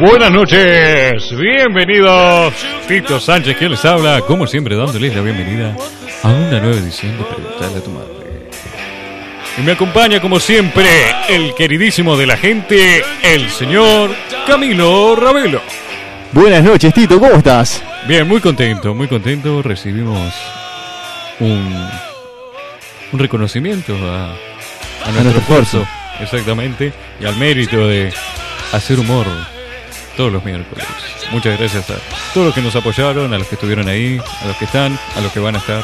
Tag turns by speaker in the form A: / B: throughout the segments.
A: Buenas noches, bienvenidos. Tito Sánchez, quien les habla, como siempre, dándoles la bienvenida a una nueva edición de Preguntarle a tu madre. Y me acompaña, como siempre, el queridísimo de la gente, el señor Camilo Ravelo.
B: Buenas noches, Tito, ¿cómo estás?
A: Bien, muy contento, muy contento. Recibimos un, un reconocimiento a, a nuestro,
B: nuestro esfuerzo.
A: esfuerzo. Exactamente. Y al mérito de hacer humor todos los miércoles. Muchas gracias a todos los que nos apoyaron, a los que estuvieron ahí, a los que están, a los que van a estar.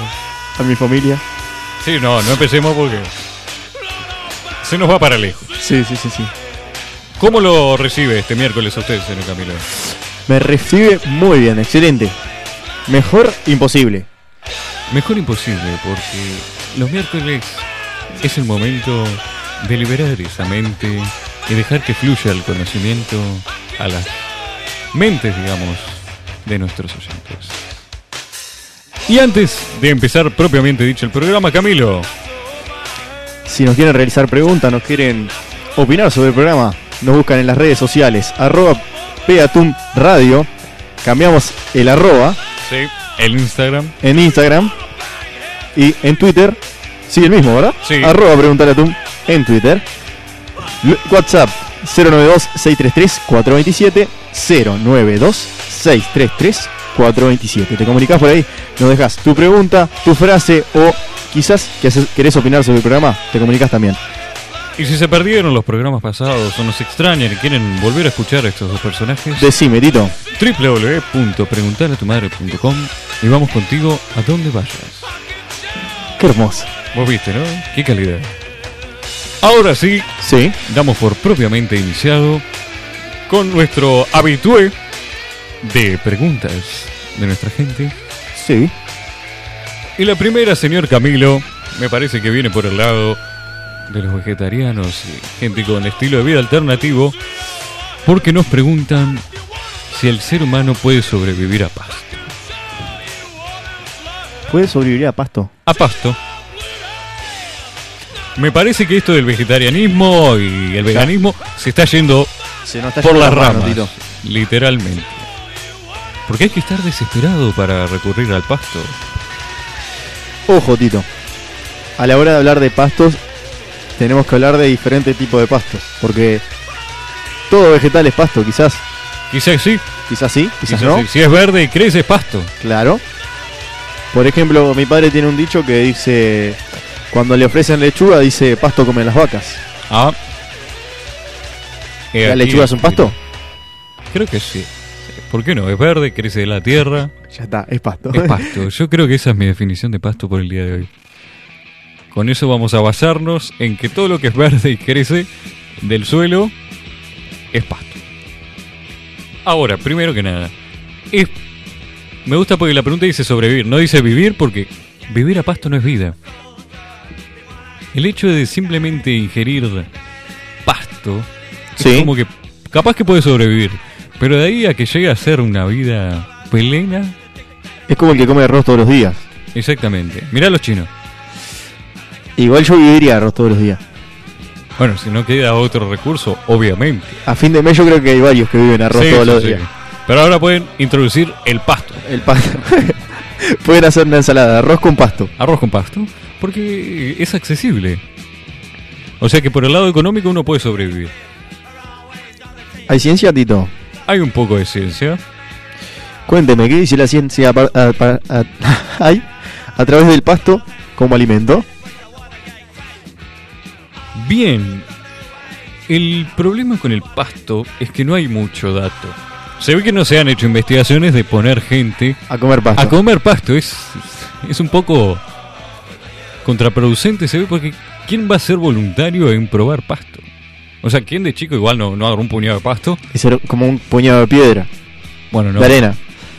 B: A mi familia.
A: Sí, no, no empecemos porque se nos va para lejos.
B: Sí, sí, sí, sí.
A: ¿Cómo lo recibe este miércoles a usted, señor Camilo?
B: Me recibe muy bien, excelente. Mejor imposible.
A: Mejor imposible, porque los miércoles es el momento de liberar esa mente y dejar que fluya el conocimiento a las mentes, digamos, de nuestros oyentes. Y antes de empezar propiamente dicho el programa, Camilo,
B: Si nos quieren realizar preguntas, nos quieren opinar sobre el programa, nos buscan en las redes sociales, arroba Peatum Radio. Cambiamos el arroba
A: sí, el Instagram,
B: en Instagram y en Twitter. Sí, el mismo, ¿verdad?
A: Sí.
B: Arroba preguntarle a Tum en Twitter. L- WhatsApp 092-633-427. 092-633-427. Te comunicas por ahí, nos dejas tu pregunta, tu frase o quizás que haces- querés opinar sobre el programa, te comunicas también.
A: y si se perdieron los programas pasados o nos extrañan y quieren volver a escuchar a estos dos personajes,
B: Decime, Tito.
A: www.preguntalatumadre.com y vamos contigo a donde vayas.
B: Qué hermoso.
A: Vos viste, ¿no? Qué calidad. Ahora sí,
B: Sí.
A: damos por propiamente iniciado con nuestro habitué de preguntas de nuestra gente.
B: Sí.
A: Y la primera, señor Camilo, me parece que viene por el lado de los vegetarianos y gente con estilo de vida alternativo, porque nos preguntan si el ser humano puede sobrevivir a pasto.
B: ¿Puedes sobrevivir a pasto?
A: a pasto. Me parece que esto del vegetarianismo y el veganismo se está yendo
B: Se nos está
A: por
B: yendo
A: las
B: la mano,
A: ramas, literalmente. Porque hay que estar desesperado para recurrir al pasto.
B: Ojo, Tito. A la hora de hablar de pastos, tenemos que hablar de diferentes tipos de pastos. Porque todo vegetal es pasto, quizás.
A: Quizás sí,
B: Quizás sí, quizás,
A: quizás
B: no.
A: sí. Si es verde y crece, es pasto.
B: Claro. Por ejemplo, mi padre tiene un dicho que dice: Cuando le ofrecen lechuga, dice pasto comen las vacas.
A: Ah. He
B: ¿La
A: aquí
B: lechuga es un
A: el-
B: pasto?
A: Creo que sí. ¿Por qué no? Es verde, crece de la tierra.
B: Ya está, es pasto.
A: Es pasto. Yo creo que esa es mi definición de pasto por el día de hoy. Con eso vamos a basarnos en que todo lo que es verde y crece del suelo es pasto. Ahora, primero que nada, es- me gusta porque la pregunta dice sobrevivir, no dice vivir porque vivir a pasto no es vida. El hecho de simplemente ingerir pasto es
B: Sí.
A: como que capaz que puede sobrevivir, pero de ahí a que llegue a ser una vida plena
B: es como el que come arroz todos los días.
A: Exactamente. Mirá los chinos.
B: Igual yo viviría arroz todos los días.
A: Bueno, si no queda otro recurso, obviamente.
B: A fin de mes, yo creo que hay varios que viven arroz
A: Sí,
B: todos
A: sí,
B: los
A: sí.
B: días.
A: Pero ahora pueden introducir el pasto.
B: El pasto. Pueden hacer una ensalada, de arroz con pasto.
A: Arroz con pasto, porque es accesible. O sea que por el lado económico uno puede sobrevivir.
B: ¿Hay ciencia, Tito?
A: Hay un poco de ciencia.
B: Cuénteme, ¿qué dice la ciencia par- a, par- a- ay, a través del pasto como alimento?
A: Bien. El problema con el pasto es que no hay mucho dato. Se ve que no se han hecho investigaciones de poner gente
B: A comer pasto.
A: A comer pasto es, es un poco contraproducente, se ve, porque ¿quién va a ser voluntario en probar pasto? O sea, ¿quién de chico igual no, no agarró un puñado de pasto?
B: Es ser como un puñado de piedra,
A: Bueno, no.
B: de arena.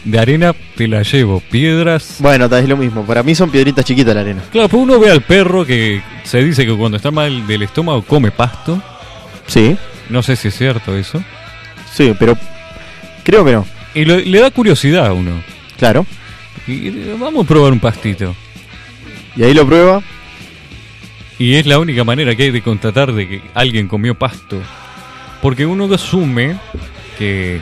A: De arena te la llevo. Piedras.
B: Bueno, tal vez lo mismo. Para mí son piedritas chiquitas la arena.
A: Claro, pues uno ve al perro que se dice que cuando está mal del estómago come pasto.
B: Sí,
A: No sé si es cierto eso.
B: sí, pero creo que no.
A: Y lo- le da curiosidad a uno.
B: Claro.
A: Y, eh, vamos a probar un pastito.
B: Y ahí lo prueba.
A: Y es la única manera que hay de constatar de que alguien comió pasto. Porque uno asume que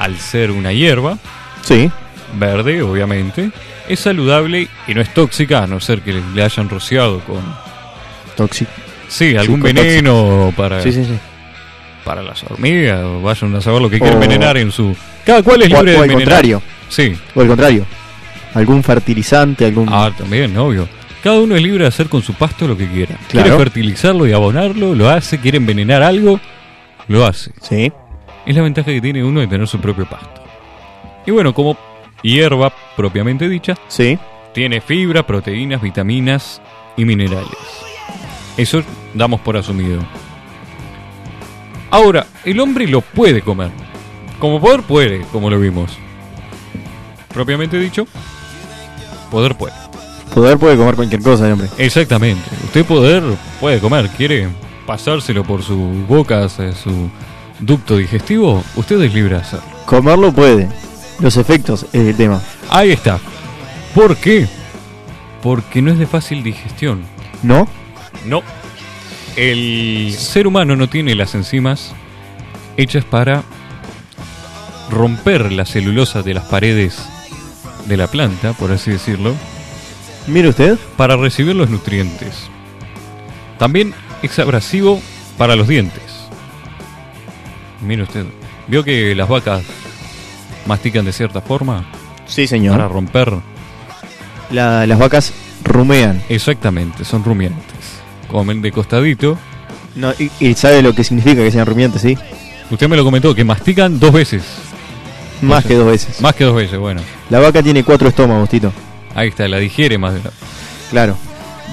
A: al ser una hierba,
B: Sí,
A: verde obviamente, es saludable y no es tóxica, a no ser que le hayan rociado con,
B: tóxico.
A: sí, algún
B: Tóxico.
A: veneno para,
B: Sí, sí, sí.
A: para las hormigas, o vayan a saber lo que
B: O-
A: quieren envenenar en su... Cada cual es
B: O,
A: libre
B: o
A: de
B: al
A: envenenar.
B: contrario,
A: Sí,
B: o al contrario. Algún fertilizante, algún...
A: Ah, también, obvio. Cada uno es libre de hacer con su pasto lo que quiera. Quiere
B: Claro.
A: fertilizarlo y abonarlo, lo hace. Quiere envenenar algo, lo hace.
B: Sí,
A: Es la ventaja que tiene uno de tener su propio pasto. Y bueno, como hierba propiamente dicha,
B: sí.
A: tiene fibra, proteínas, vitaminas y minerales. Eso damos por asumido. Ahora, el hombre lo puede comer. Como poder puede, como lo vimos. Propiamente dicho, poder puede.
B: Poder puede comer cualquier cosa el hombre.
A: Exactamente. Usted poder puede comer, quiere pasárselo por su boca, hacia su ducto digestivo, usted es libre de hacerlo.
B: Comerlo puede. Los efectos es el tema.
A: Ahí está. ¿Por qué? Porque no es de fácil digestión.
B: ¿No?
A: No. El ser humano no tiene las enzimas hechas para romper la celulosa de las paredes de la planta, por así decirlo,
B: Mire usted.
A: para recibir los nutrientes. También es abrasivo para los dientes. Mire usted, vio que las vacas mastican de cierta forma
B: Sí,
A: para
B: señor.
A: romper.
B: La- las vacas rumean.
A: Exactamente, son rumiantes. Comen de costadito.
B: No, y, y sabe lo que significa que sean rumiantes, ¿sí?
A: Usted me lo comentó, que mastican dos veces.
B: Más
A: Oye.
B: que dos veces.
A: Más que dos veces, bueno.
B: La vaca tiene cuatro estómagos, Tito.
A: Ahí está, la digiere más de una-
B: Claro.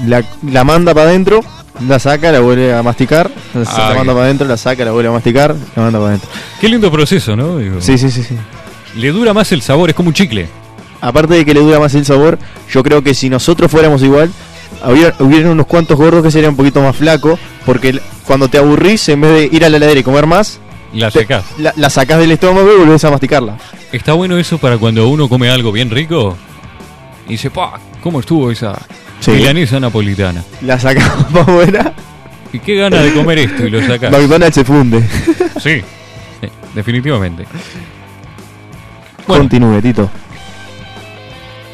B: La, la manda para adentro, la saca, la vuelve a masticar. La, sa-
A: Ah, Mm.
B: la
A: bien.
B: manda para adentro, la saca, la vuelve a masticar, la manda para adentro.
A: Qué lindo proceso, ¿no? Digo,
B: Sí, sí, sí, sí.
A: Le dura más el sabor, es como un chicle.
B: Aparte de que le dura más el sabor, yo creo que si nosotros fuéramos igual, hubiera- hubieran unos cuantos gordos que serían un poquito más flacos, porque l- cuando te aburrís, en vez de ir a la heladera y comer más,
A: La
B: te-
A: sacás.
B: la, la sacás del estómago y volvés a masticarla.
A: Está bueno eso para cuando uno come algo bien rico y dice, pa, ¿cómo estuvo esa
B: Sí.
A: milanesa napolitana?
B: La sacamos para afuera,
A: ¿Y qué gana de comer esto? Y lo sacás.
B: McDonald's se funde.
A: sí, eh, definitivamente. Bueno,
B: Continúe, Tito.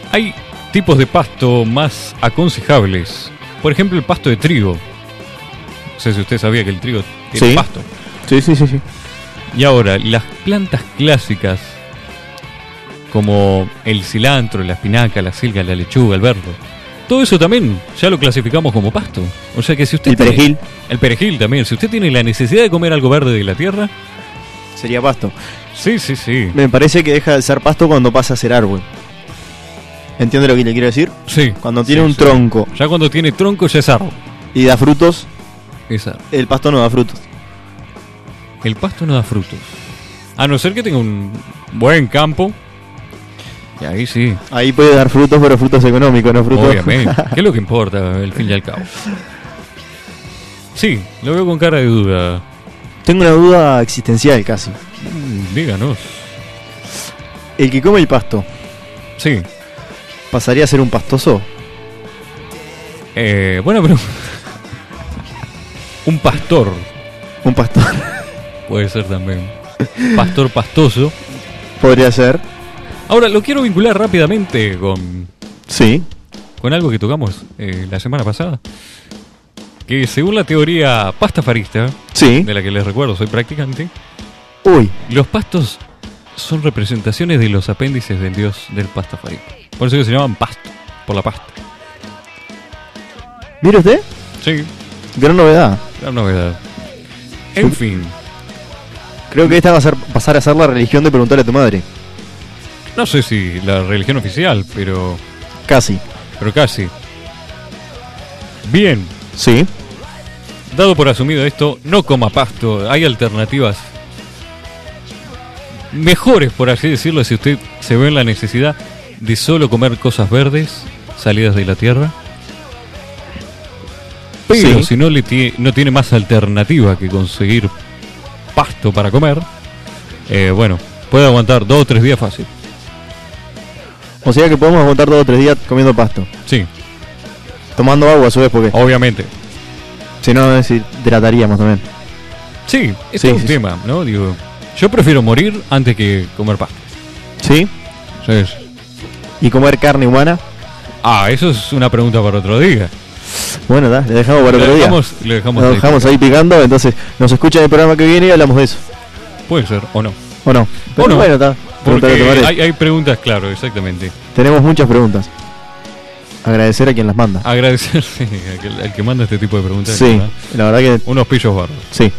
A: hay tipos de pasto más aconsejables. Por ejemplo, el pasto de trigo. No sé si usted sabía que el trigo tiene
B: Sí.
A: pasto.
B: Sí, sí, sí, sí.
A: Y ahora, las plantas clásicas como el cilantro, la espinaca, la silga, la lechuga, el verbo. Todo eso también ya lo clasificamos como pasto. O sea que si usted
B: El
A: tiene-
B: perejil
A: el perejil también. Si usted tiene la necesidad de comer algo verde de la tierra,
B: sería pasto.
A: sí, sí, sí.
B: Me parece que deja de ser pasto cuando pasa a ser árbol. ¿Entiende lo que le quiero decir?
A: Sí.
B: Cuando tiene
A: Sí,
B: un
A: sí.
B: tronco
A: Ya cuando tiene tronco ya es árbol.
B: y da frutos,
A: Es árbol.
B: el pasto no da frutos.
A: El pasto no da frutos. A no ser que tenga un buen campo. Y ahí sí,
B: Ahí puede dar frutos, pero frutos económicos, no frutos.
A: Obviamente. ¿Qué es lo que importa, el fin y al cabo? Sí, lo veo con cara de duda.
B: Tengo una duda existencial casi.
A: Mm, Díganos.
B: ¿El que come el pasto
A: Sí.
B: pasaría a ser un pastoso?
A: Eh, buena pregunta. Un pastor
B: Un pastor
A: puede ser también. Pastor pastoso.
B: podría ser.
A: Ahora, lo quiero vincular rápidamente con,
B: Sí.
A: con algo que tocamos eh, la semana pasada. Que según la teoría pastafarista,
B: Sí.
A: de la que les recuerdo soy practicante,
B: Uy,
A: Los pastos son representaciones de los apéndices del dios del pastafarista. Por eso que se llaman pasto, por la pasta.
B: mire usted,
A: Sí,
B: gran novedad.
A: la novedad. En fin,
B: Creo que esta va a ser, pasar a ser la religión de preguntarle a tu madre.
A: no sé si la religión oficial, pero,
B: Casi.
A: pero casi. Bien,
B: Sí.
A: dado por asumido esto, no coma pasto, hay alternativas mejores, por así decirlo, si usted se ve en la necesidad de solo comer cosas verdes, salidas de la tierra. Pero
B: Sí.
A: si no, le tie- no tiene más alternativa que conseguir pasto para comer, eh, bueno, puede aguantar dos o tres días fácil.
B: O sea que podemos aguantar dos o tres días comiendo pasto.
A: Sí,
B: Tomando agua a su vez porque
A: obviamente.
B: Si no, deshidrataríamos también.
A: Sí,
B: Sí,
A: este es un
B: sí,
A: tema, ¿no? Digo, yo prefiero morir antes que comer pasto.
B: ¿Sí?
A: Eso es-
B: ¿Y comer carne humana?
A: Ah, eso es una pregunta para otro día.
B: Bueno, da, le dejamos para
A: Lo
B: otro día.
A: dejamos, lo dejamos
B: Lo
A: ahí.
B: dejamos ahí picando, entonces nos escuchan el programa que viene y hablamos de eso.
A: Puede ser, o no.
B: ¿O no? Pero
A: no.
B: bueno, está.
A: Porque
B: Preguntale a tu pareja.
A: hay, hay preguntas, claro, exactamente.
B: Tenemos muchas preguntas. Agradecer a quien las manda.
A: Agradecerse al que- al que manda este tipo de preguntas.
B: Ah, sí,
A: ¿verdad?
B: la verdad que
A: Unos pillos barros.
B: sí.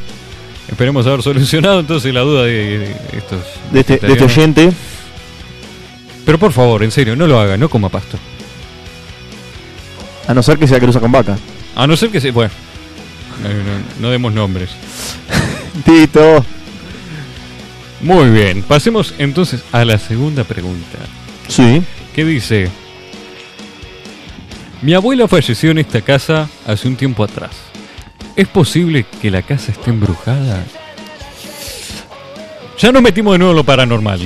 A: Esperemos haber solucionado entonces la duda de, de estos.
B: De este, de este
A: vegetarianos.
B: oyente,
A: Pero por favor, en serio, no lo haga, no coma pasto.
B: a no ser que sea cruza con vaca.
A: A no ser que se. Bueno, no, no- no demos nombres.
B: Tito.
A: Muy bien, pasemos entonces a la segunda pregunta.
B: Sí.
A: ¿Qué dice? Mi abuela falleció en esta casa hace un tiempo atrás. ¿Es posible que la casa esté embrujada? Ya nos metimos de nuevo en lo paranormal.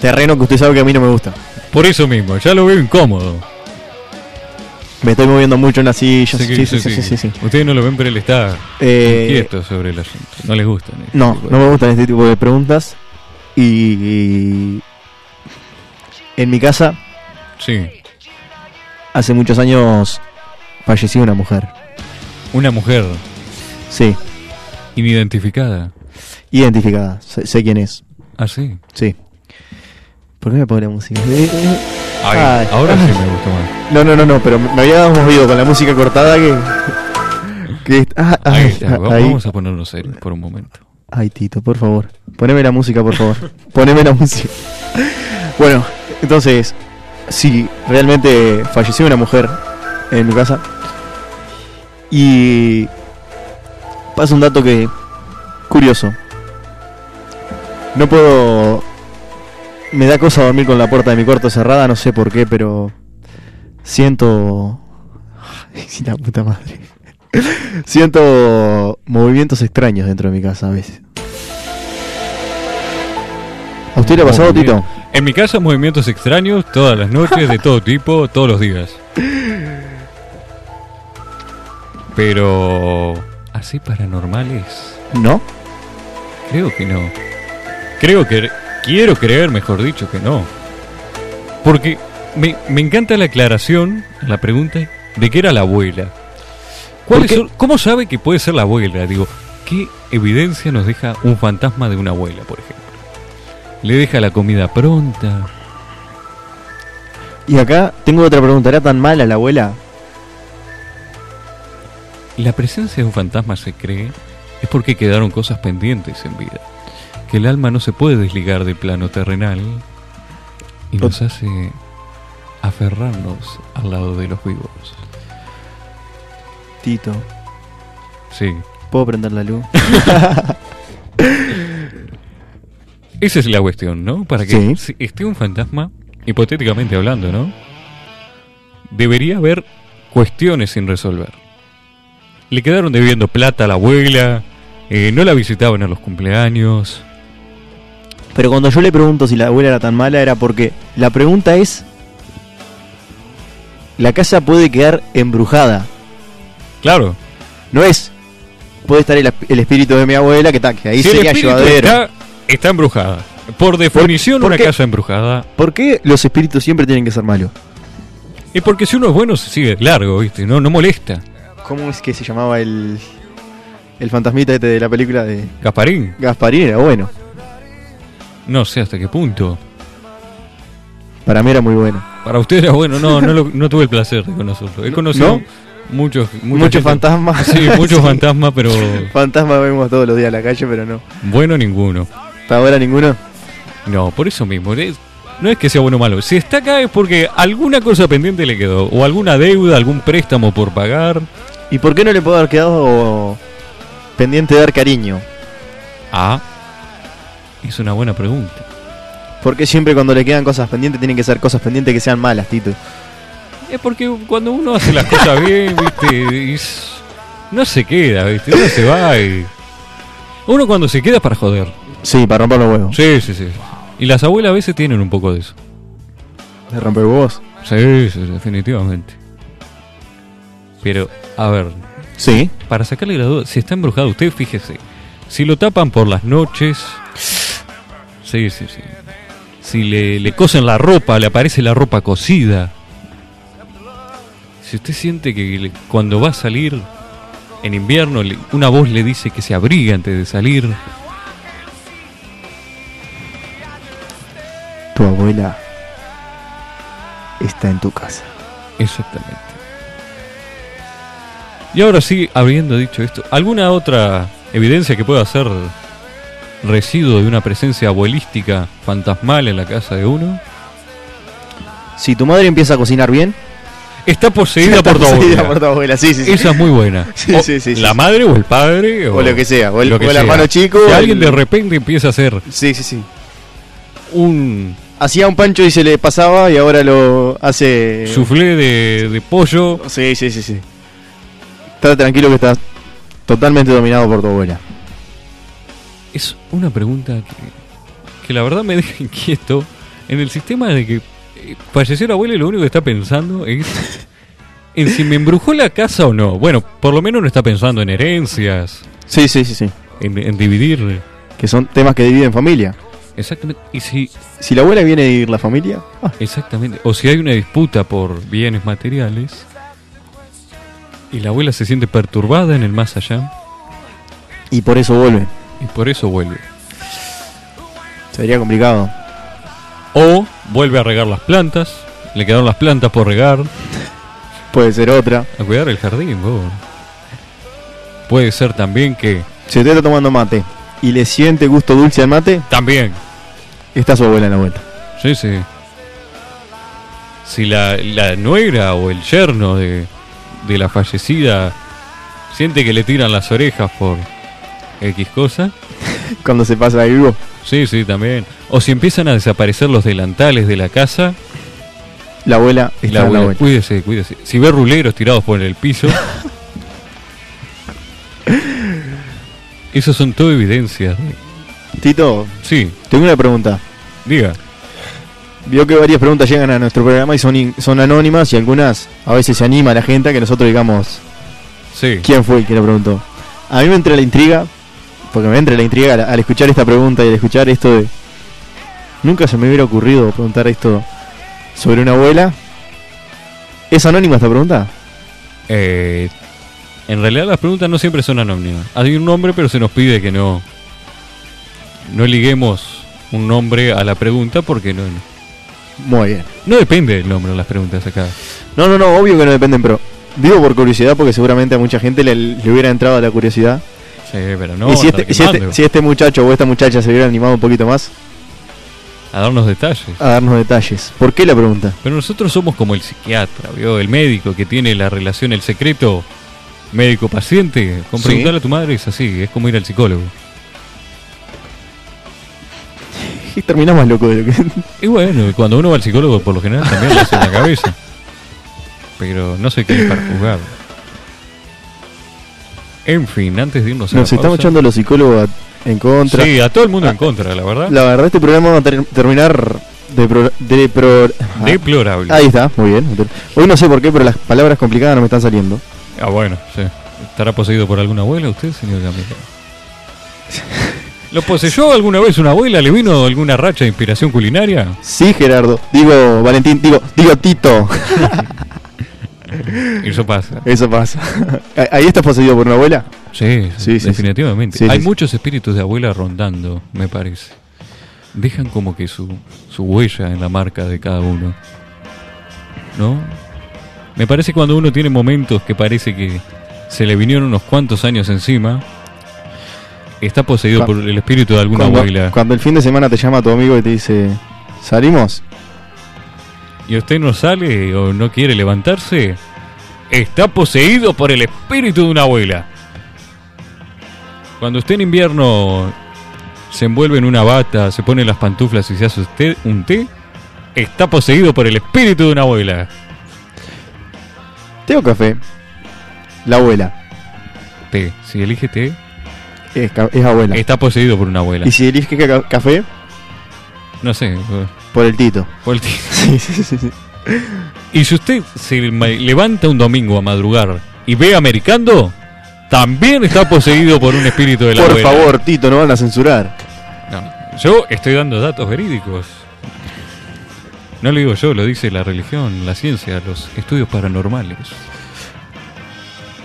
B: Terreno que usted sabe que a mí no me gusta.
A: Por eso mismo, ya lo veo incómodo.
B: Me estoy moviendo mucho en la silla.
A: Sé que-
B: Sí, sí,
A: sé
B: sí,
A: que
B: sí, sí.
A: Ustedes no lo ven, pero él está
B: Eh,
A: inquieto sobre el asunto. No les gustan. este
B: No,
A: tipo de-
B: no me gustan este tipo de preguntas. Y en mi casa,
A: Sí.
B: hace muchos años, falleció una mujer.
A: Una mujer
B: Sí,
A: inidentificada.
B: identificada. Sé, sé quién es.
A: Ah, sí.
B: Sí. ¿Por qué me pone música? Eh, eh.
A: Ay,
B: Ay.
A: ahora sí me gustó más.
B: No, no, no, no, pero me había dado movido con la música cortada que. que ah,
A: Ahí
B: ay,
A: está.
B: ah,
A: va-
B: ahí.
A: Vamos a ponernos serios por un momento.
B: Ay, Tito, por favor. Poneme la música, por favor. Poneme la música. Bueno, entonces, si realmente falleció una mujer en mi casa. Y pasa un dato que curioso. No puedo me da cosa dormir con la puerta de mi cuarto cerrada, no sé por qué, pero siento Ay, sí, la puta madre. siento movimientos extraños dentro de mi casa a veces. ¿A usted le ha pasado,
A: Movimiento.
B: Tito?
A: En mi casa, movimientos extraños todas las noches, de todo tipo, todos los días. Pero. Así paranormales.
B: ¿No?
A: Creo que no. Creo que. Quiero creer, mejor dicho, que no. Porque me, me encanta la aclaración, la pregunta, de que era la abuela. ¿Cuál
B: Porque-
A: es el- ¿Cómo sabe que puede ser la abuela? Digo, ¿qué evidencia nos deja un fantasma de una abuela, por ejemplo? Le deja la comida pronta.
B: Y acá tengo otra pregunta. ¿Era tan mala la abuela?
A: La presencia de un fantasma se cree es porque quedaron cosas pendientes en vida. Que el alma no se puede desligar del plano terrenal y nos hace aferrarnos al lado de los vivos.
B: Tito,
A: Sí.
B: ¿puedo prender la luz?
A: Esa es la cuestión, ¿no? Para que
B: Sí.
A: si esté un fantasma, hipotéticamente hablando, ¿no? Debería haber cuestiones sin resolver. Le quedaron debiendo plata a la abuela, eh, no la visitaban a los cumpleaños.
B: Pero cuando yo le pregunto si la abuela era tan mala, era porque la pregunta es: ¿la casa puede quedar embrujada?
A: Claro,
B: No es, puede estar el, el espíritu de mi abuela, que, está, que ahí
A: si el
B: sería
A: espíritu
B: llevadero.
A: está, está embrujada. Por definición,
B: por
A: una
B: qué?
A: casa embrujada.
B: ¿Por qué los espíritus siempre tienen que ser malos?
A: Y porque si uno es bueno, se sigue largo, ¿viste? No, no molesta.
B: ¿Cómo es que se llamaba el, el fantasmita este de la película de
A: Gasparín,
B: Gasparín? Era bueno,
A: no sé hasta qué punto.
B: para mí era muy bueno.
A: Para usted era bueno, no, no, lo- no tuve el placer de conocerlo. He conocido
B: ¿no?
A: muchos, mucha gente-
B: Muchos fantasmas.
A: Sí, muchos fantasmas, pero
B: Fantasmas vemos todos los días en la calle, pero no.
A: bueno ninguno.
B: Hasta ahora ninguno.
A: No, por eso mismo. es- no es que sea bueno o malo. Si está acá es porque alguna cosa pendiente le quedó. O alguna deuda, algún préstamo por pagar.
B: ¿Y por qué no le puedo haber quedado pendiente de dar cariño?
A: Ah, es una buena pregunta.
B: Porque siempre cuando le quedan cosas pendientes tienen que ser cosas pendientes que sean malas, Tito.
A: Es porque cuando uno hace las cosas bien, viste, y s- no se queda, viste, uno se va y... Uno cuando se queda es para joder.
B: Sí, para romper los huevos.
A: Sí, sí, sí. Y las abuelas a veces tienen un poco de eso.
B: ¿De romper huevos?
A: Sí, sí, definitivamente. Pero, a ver,
B: Sí.
A: para sacarle la duda, si está embrujado, usted fíjese. Si lo tapan por las noches. Sí, sí, sí. Si le, le cosen la ropa, le aparece la ropa cocida. Si usted siente que le- cuando va a salir en invierno, le- una voz le dice que se abriga antes de salir.
B: Tu abuela está en tu casa.
A: Exactamente. Y ahora sí, habiendo dicho esto, ¿alguna otra evidencia que pueda ser residuo de una presencia abuelística fantasmal en la casa de uno?
B: Si tu madre empieza a cocinar bien,
A: Está poseída
B: está
A: por tu
B: poseída
A: abuela.
B: por tu abuela. Sí, sí, sí.
A: Esa es muy buena.
B: Sí,
A: O
B: sí, sí, sí,
A: la
B: sí.
A: madre o el padre o,
B: O lo que sea, o el,
A: lo que
B: o el
A: sea.
B: hermano chico.
A: Que
B: el-
A: alguien de repente empieza a hacer
B: Sí, sí, sí.
A: un
B: Hacía un pancho y se le pasaba y ahora lo hace.
A: soufflé de, de pollo.
B: Sí, sí, sí, sí. Está tranquilo que estás totalmente dominado por tu abuela.
A: Es una pregunta que, que la verdad me deja inquieto en el sistema de que eh, falleció la abuela y lo único que está pensando es en si me embrujó la casa o no. Bueno, por lo menos no está pensando en herencias,
B: Sí, sí, sí, sí.
A: en, en dividir.
B: Que son temas que dividen familia.
A: Exactamente. Y si,
B: Si la abuela viene a dividir la familia, ah,
A: exactamente. O si hay una disputa por bienes materiales y la abuela se siente perturbada en el más allá
B: y por eso vuelve.
A: y por eso vuelve.
B: Sería complicado.
A: O vuelve a regar las plantas, le quedaron las plantas por regar.
B: Puede ser otra.
A: A cuidar el jardín, bobo. Puede ser también que.
B: Si usted está tomando mate y le siente gusto dulce al mate,
A: También.
B: está su abuela en la vuelta.
A: Sí, sí. Si la, la nuera o el yerno de, de la fallecida siente que le tiran las orejas por X cosa.
B: Cuando se pasa de vivo.
A: Sí, sí, también. O si empiezan a desaparecer los delantales de la casa.
B: La abuela
A: y
B: está
A: la
B: en la
A: abuela,
B: vuelta.
A: cuídese, cuídese. Si ve ruleros tirados por el piso. Esas son todo evidencias.
B: Tito,
A: Sí,
B: tengo una pregunta.
A: diga.
B: Vio que varias preguntas llegan a nuestro programa y son, in- son anónimas y algunas a veces se anima a la gente a que nosotros digamos
A: Sí.
B: quién fue el que lo preguntó. A mí me entra la intriga, porque me entra la intriga al, al escuchar esta pregunta y al escuchar esto de... Nunca se me hubiera ocurrido preguntar esto sobre una abuela. ¿Es anónima esta pregunta?
A: Eh, en realidad las preguntas no siempre son anónimas. Hay un nombre, pero se nos pide que no no liguemos un nombre a la pregunta porque no
B: Muy bien.
A: no depende del nombre de las preguntas acá.
B: No, no, no, obvio que no dependen, pero digo por curiosidad porque seguramente a mucha gente le, le hubiera entrado la curiosidad.
A: Sí, pero no.
B: y si
A: andar
B: este, si este-
A: quemando,
B: si este muchacho o esta muchacha se hubiera animado un poquito más
A: A darnos detalles.
B: a darnos detalles. ¿Por qué la pregunta?
A: Pero nosotros somos como el psiquiatra, ¿vio? El médico que tiene la relación, el secreto médico-paciente. Con
B: Sí.
A: preguntarle a tu madre es así, es como ir al psicólogo.
B: Y terminás más loco de lo que...
A: Y bueno, cuando uno va al psicólogo, por lo general también le hace en la cabeza. Pero no sé qué es para juzgar. En fin, antes de irnos a la
B: Nos estamos
A: pausa-
B: echando los psicólogos a- en contra.
A: Sí, a todo el mundo en
B: Ah,
A: contra, la verdad.
B: La verdad, este programa va a ter- terminar de pro- de pro- ah,
A: Deplorable.
B: Ahí está, muy bien. Hoy no sé por qué, pero las palabras complicadas no me están saliendo.
A: Ah, bueno, sí. ¿Estará poseído por alguna abuela usted, señor Gamero? ¿Lo poseyó alguna vez una abuela? ¿Le vino alguna racha de inspiración culinaria?
B: Sí, Gerardo. Digo, Valentín, digo, digo Tito.
A: Eso pasa.
B: Eso pasa. Ah, Ahí estás poseído por una abuela.
A: Sí,
B: Sí, sí,
A: definitivamente.
B: sí. Sí,
A: Hay
B: sí, sí.
A: muchos espíritus de abuela rondando, me parece. Dejan como que su, su huella en la marca de cada uno. ¿No? Me parece cuando uno tiene momentos que parece que se le vinieron unos cuantos años encima, está poseído
B: Cu-
A: por el espíritu de alguna
B: Cuando,
A: abuela.
B: cuando el fin de semana te llama tu amigo y te dice, ¿salimos?
A: Y usted no sale o no quiere levantarse, está poseído por el espíritu de una abuela. Cuando usted en invierno se envuelve en una bata, se pone las pantuflas y se hace usted un té, está poseído por el espíritu de una abuela.
B: ¿Té o café? La abuela.
A: Té, si elige té,
B: Es, ca- es abuela.
A: está poseído por una abuela.
B: Y si eliges ca- café,
A: No sé, por-
B: por el Tito.
A: por el té.
B: Sí, sí, sí, sí.
A: Y si usted se ma- levanta un domingo a madrugar y ve americano, también está poseído por un espíritu de la
B: Por
A: abuela.
B: favor, Tito, no van a censurar.
A: No, yo estoy dando datos verídicos. No lo digo yo, lo dice la religión, la ciencia, los estudios paranormales.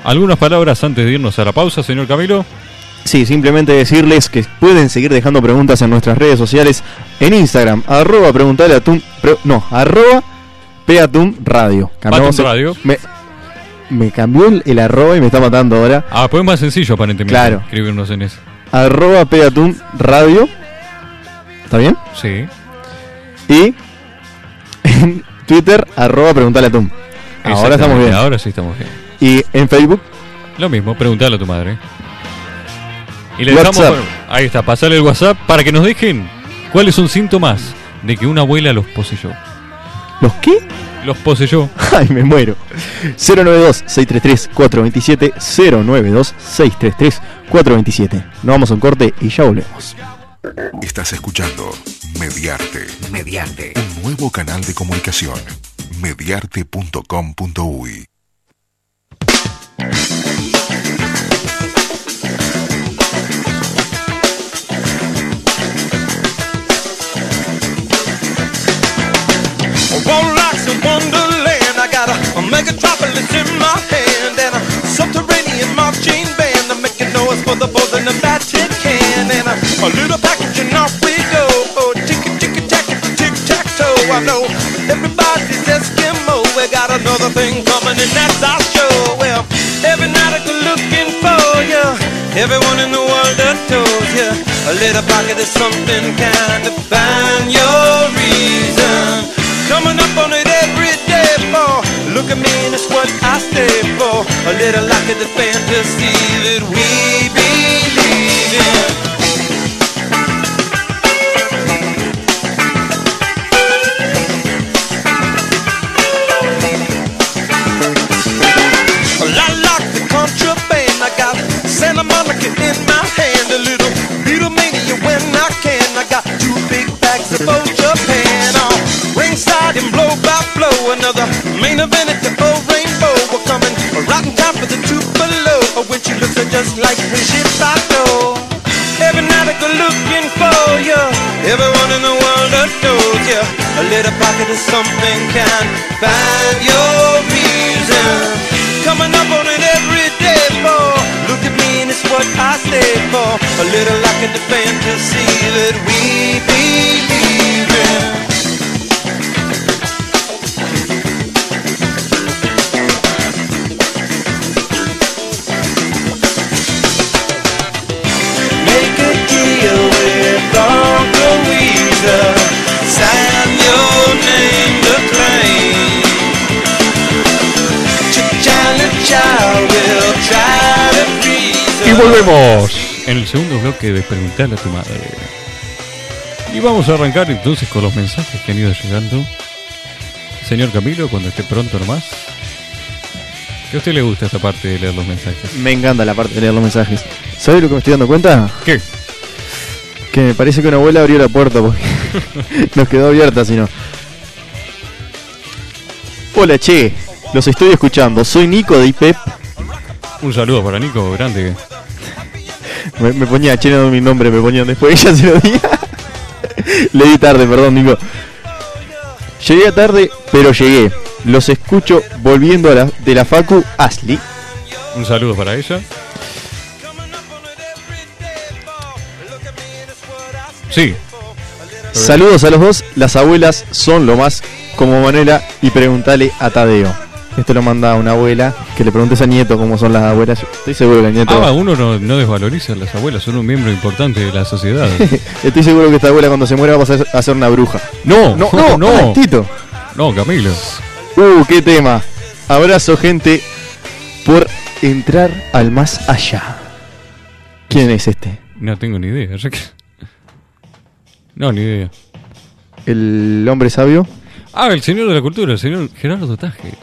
A: Algunas palabras antes de irnos a la pausa, señor Camilo.
B: Sí, simplemente decirles que pueden seguir dejando preguntas en nuestras redes sociales, en Instagram, arroba preguntale a Tum, pre- no, arroba Peatum Radio.
A: Patum Radio.
B: Me, me cambió el, el arroba y me está matando ahora.
A: Ah, pues es más sencillo aparentemente
B: Claro.
A: escribirnos en eso.
B: Arroba Peatum Radio. ¿Está bien?
A: Sí.
B: Y en Twitter, arroba preguntale a Tum. Ahora estamos
A: Exactamente,
B: bien.
A: Ahora sí estamos bien.
B: Y en Facebook,
A: Lo mismo, preguntale a tu madre. Y le
B: WhatsApp.
A: dejamos. por- ahí está, pasarle el WhatsApp para que nos dejen cuáles son síntomas de que una abuela los poseyó.
B: ¿los qué?
A: Los poseyó.
B: Ay, me muero. 092-633-427. 092-633-427. Nos vamos a un corte y ya volvemos.
C: Estás escuchando Mediarte,
D: Mediante.
C: un nuevo canal de comunicación. Mediarte.com.uy
E: One rocks in Wonderland. I got a, a megatropolis in my hand and a subterranean marching band. I'm making noise for the boys in the Vatican and a, a little package and off we go. Oh, tick tick tack tic tac toe. I know everybody's Eskimo. We got another thing coming and that's our show. Well, every night I'm looking for you. Everyone in the world adores you. A little pocket is something kind of fine. Your reason. Coming up on it every day more. Look at me, and it's what I stay for. A little like of the fantasy that we believe in. Well, I like the contraband. I got Santa Monica in my hand. A little Beatlemania when I can. I got two big bags of old Japan. On ringside and blow by blow. Another main event at the old rainbow. We're coming right in time for the two below. Oh, when she looks at just like Brigitte Bardot. Every night I go looking for you. Everyone in the world adores you. A little pocket of something can find your reason. Coming up on it every day, boy. Look at me and it's what I stay for. A little like in the fantasy that we believe in. Make a deal with Uncle Weezer. Sign your name to claim. Ch-cha-la-cha, we'll try to freeze
A: Y
E: her.
A: volvemos en el segundo bloque de Preguntarle a tu madre. Y vamos a arrancar entonces con los mensajes que han ido llegando. Señor Camilo, cuando esté pronto nomás. Que a usted le gusta esta parte de leer los mensajes.
B: Me encanta la parte de leer los mensajes. ¿Sabes lo que me estoy dando cuenta?
A: ¿Qué?
B: Que me parece que una abuela abrió la puerta porque nos quedó abierta, si no. Hola, che. Los estoy escuchando. Soy Nico de IPEP.
A: Un saludo para Nico, grande.
B: Me, me ponía che, no mi nombre, me ponían después, ya se lo di. Leí tarde, perdón, Nico. Llegué tarde, pero llegué. Los escucho volviendo a la, de la Facu Asli.
A: Un saludo para ella. Sí,
B: Saludos a los dos, las abuelas son lo más como Manuela y preguntale a Tadeo. Esto lo manda una abuela, que le preguntes a Nieto cómo son las abuelas. Yo Estoy seguro que el Nieto...
A: Ah, uno no, no desvaloriza a las abuelas, son un miembro importante de la sociedad.
B: Estoy seguro que esta abuela cuando se muera va a pasar a ser una bruja.
A: No,
B: No, no, no. Tito.
A: no, Camilo.
B: Uh, qué tema. Abrazo, gente, por entrar al más allá. ¿Quién es este?
A: No tengo ni idea. yo que- No, ni idea.
B: ¿El hombre sabio?
A: Ah, el señor de la cultura, el señor Gerardo Tajes.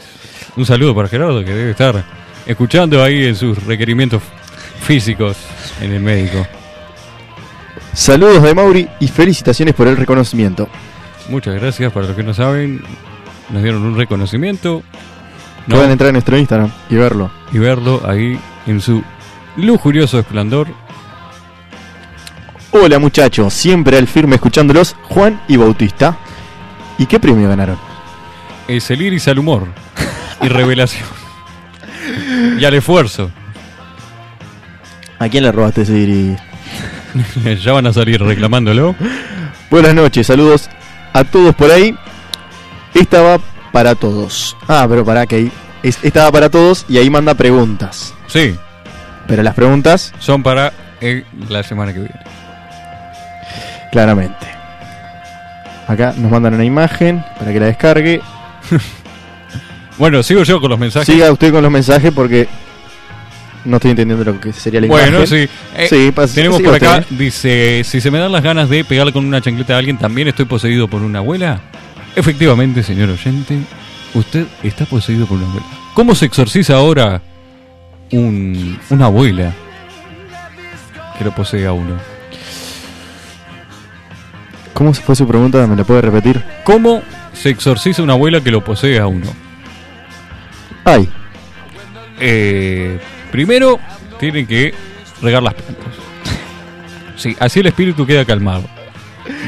A: Un saludo para Gerardo que debe estar escuchando ahí en sus requerimientos físicos en el médico.
B: Saludos de Mauri y felicitaciones por el reconocimiento.
A: Muchas gracias para los que no saben. Nos dieron un reconocimiento. No,
B: Pueden entrar en nuestro Instagram y verlo.
A: y verlo ahí en su lujurioso esplendor.
B: Hola muchachos, siempre al firme escuchándolos, Juan y Bautista. ¿Y qué premio ganaron?
A: Es el iris al humor y revelación. y al esfuerzo.
B: ¿A quién le robaste ese iris?
A: ya van a salir reclamándolo.
B: Buenas noches, saludos a todos por ahí. Esta va para todos. Ah, pero para que ahí. es- Esta va para todos y ahí manda preguntas.
A: Sí,
B: Pero las preguntas,
A: son para eh, la semana que viene.
B: claramente. Acá nos mandan una imagen para que la descargue.
A: Bueno, sigo yo con los mensajes.
B: Siga usted con los mensajes porque no estoy entendiendo lo que sería la
A: bueno,
B: imagen.
A: sí. Eh,
B: Sí, pas-
A: tenemos
B: siga
A: por acá,
B: usted.
A: dice, si se me dan las ganas de pegarle con una chancleta a alguien, ¿también estoy poseído por una abuela? Efectivamente, señor oyente, usted está poseído por una abuela. ¿Cómo se exorciza ahora un, una abuela que lo posee a uno?
B: ¿Cómo fue su pregunta? ¿Me la puede repetir?
A: ¿Cómo se exorciza una abuela que lo posee a uno?
B: Ay,
A: Eh, primero, tienen que regar las plantas. Sí, así el espíritu queda calmado.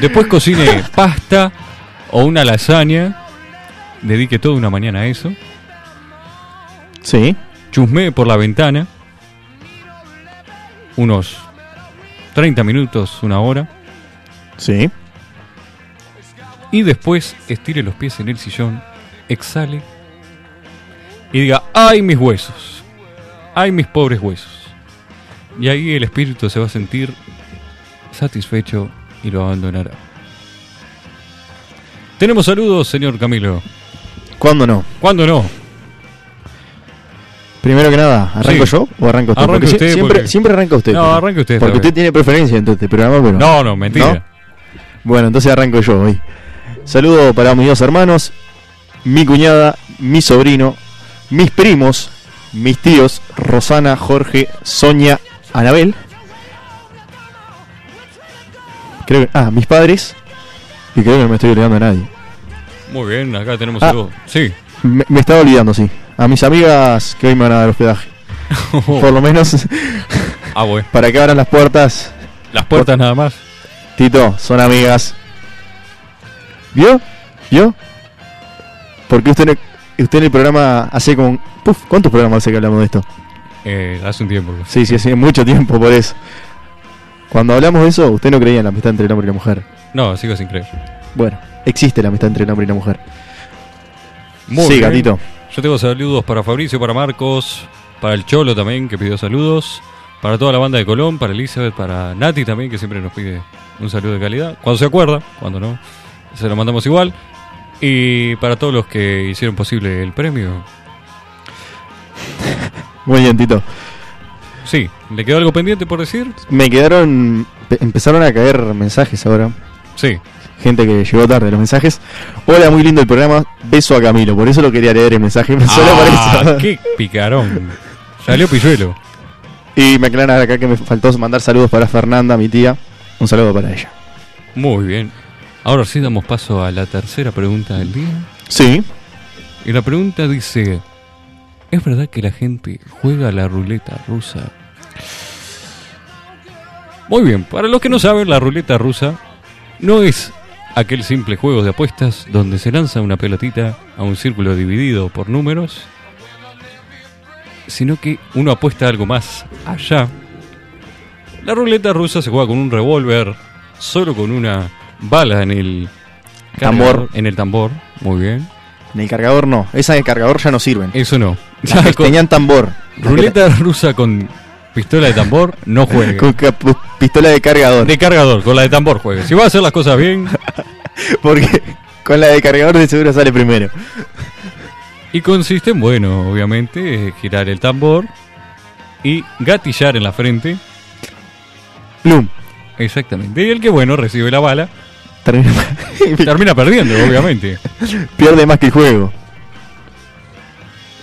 A: Después cocine pasta o una lasaña. Dedique toda una mañana a eso.
B: sí.
A: Chusmee por la ventana. Unos 30 minutos, una hora.
B: Sí.
A: Y después estire los pies en el sillón. Exhale. Y diga, ¡ay mis huesos! ¡Ay mis pobres huesos! Y ahí el espíritu se va a sentir satisfecho y lo abandonará. Tenemos saludos, señor Camilo.
B: ¿Cuándo no?
A: ¿Cuándo no?
B: Primero que nada, ¿arranco
A: Sí.
B: yo o arranca usted?
A: Arranque
B: Porque sie-
A: usted,
B: siempre,
A: porque-
B: siempre arranca usted.
A: No,
B: pero-
A: arranque usted esta
B: Porque
A: vez.
B: usted tiene preferencia en este programa, pero...
A: No, no, mentira.
B: Bueno, entonces arranco yo hoy. Saludo para mis dos hermanos, mi cuñada, mi sobrino, mis primos, mis tíos, Rosana, Jorge, Sonia, Anabel. Creo que, ah, mis padres. Y creo que no me estoy olvidando a nadie.
A: Muy bien, acá tenemos
B: Ah.
A: saludos. Sí.
B: Me, me estaba olvidando, sí. A mis amigas que hoy me van a dar hospedaje. Por lo menos
A: ah, bueno.
B: para que abran las puertas.
A: Las puertas nada más.
B: Tito, son amigas. ¿Vio? ¿Vio? Porque usted en el, usted en el programa hace como... un- Puf, ¿cuántos programas hace que hablamos de esto?
A: Eh, hace un tiempo.
B: Sí, sí, hace mucho tiempo por eso. Cuando hablamos de eso, usted no creía en la amistad entre el hombre y la mujer.
A: No, sigo sin creer.
B: Bueno, existe la amistad entre el hombre y la mujer.
A: Muy
B: Siga,
A: bien.
B: Tito.
A: Yo tengo saludos para Fabricio, para Marcos, para el Cholo también, que pidió saludos, para toda la banda de Colón, para Elizabeth, para Nati también, que siempre nos pide un saludo de calidad, cuando se acuerda, cuando no, se lo mandamos igual. Y para todos los que hicieron posible el premio.
B: Muy bien, Tito.
A: Sí, ¿le quedó algo pendiente por decir?
B: Me quedaron... pe- Empezaron a caer mensajes ahora.
A: Sí,
B: Gente que llegó tarde los mensajes. Hola, muy lindo el programa. Beso a Camilo. Por eso lo quería leer el mensaje. Solo por
A: Ah,
B: eso.
A: ¡Qué picarón! Salió pilluelo.
B: Y me aclaran acá que me faltó mandar saludos para Fernanda, mi tía. Un saludo para ella.
A: Muy bien. Ahora sí damos paso a la tercera pregunta del día.
B: Sí.
A: Y la pregunta dice, ¿es verdad que la gente juega a la ruleta rusa? Muy bien, para los que no saben, la ruleta rusa no es aquel simple juego de apuestas donde se lanza una pelotita a un círculo dividido por números, sino que uno apuesta algo más allá. La ruleta rusa se juega con un revólver, solo con una bala en el
B: Tambor.
A: cargador- en el tambor, muy bien.
B: En el cargador no. Esas de cargador ya no sirven.
A: Eso no.
B: Las que
A: Con
B: tenían tambor.
A: ruleta rusa con pistola de tambor, no juegue.
B: Con ca- pu- pistola de cargador.
A: De cargador, con la de tambor juegue. Si va a hacer las cosas bien.
B: Porque con la de cargador de seguro sale primero.
A: Y consiste en, bueno, obviamente, eh, girar el tambor y gatillar en la frente.
B: Plum.
A: Exactamente. Y el que, bueno, recibe la bala,
B: Termina-
A: termina perdiendo, obviamente.
B: Pierde más que el juego.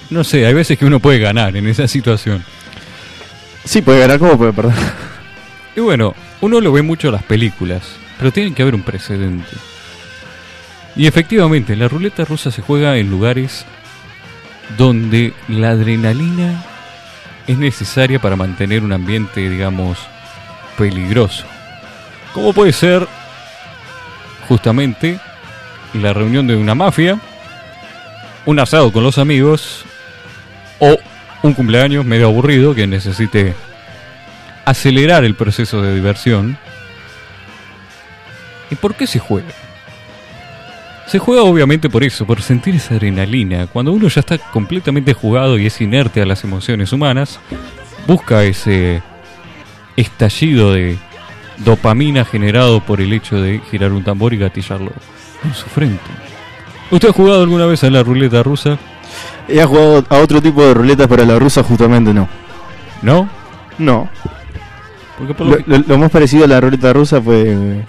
A: No sé, hay veces que uno puede ganar en esa situación.
B: Sí, puede ganar como puede perder.
A: Y bueno, uno lo ve mucho en las películas, pero tiene que haber un precedente. Y efectivamente, la ruleta rusa se juega en lugares donde la adrenalina es necesaria para mantener un ambiente, digamos, peligroso. Como puede ser justamente la reunión de una mafia, un asado con los amigos o un cumpleaños medio aburrido que necesite acelerar el proceso de diversión. ¿Y por qué se juega? Se juega obviamente por eso, por sentir esa adrenalina. Cuando uno ya está completamente jugado y es inerte a las emociones humanas, busca ese estallido de dopamina generado por el hecho de girar un tambor y gatillarlo en su frente. ¿Usted ha jugado alguna vez a la ruleta rusa?
B: He jugado a otro tipo de ruletas, pero a la rusa justamente no.
A: ¿No?
B: No.
A: Porque por lo
B: Lo,
A: que-
B: lo- lo más parecido a la ruleta rusa fue eh,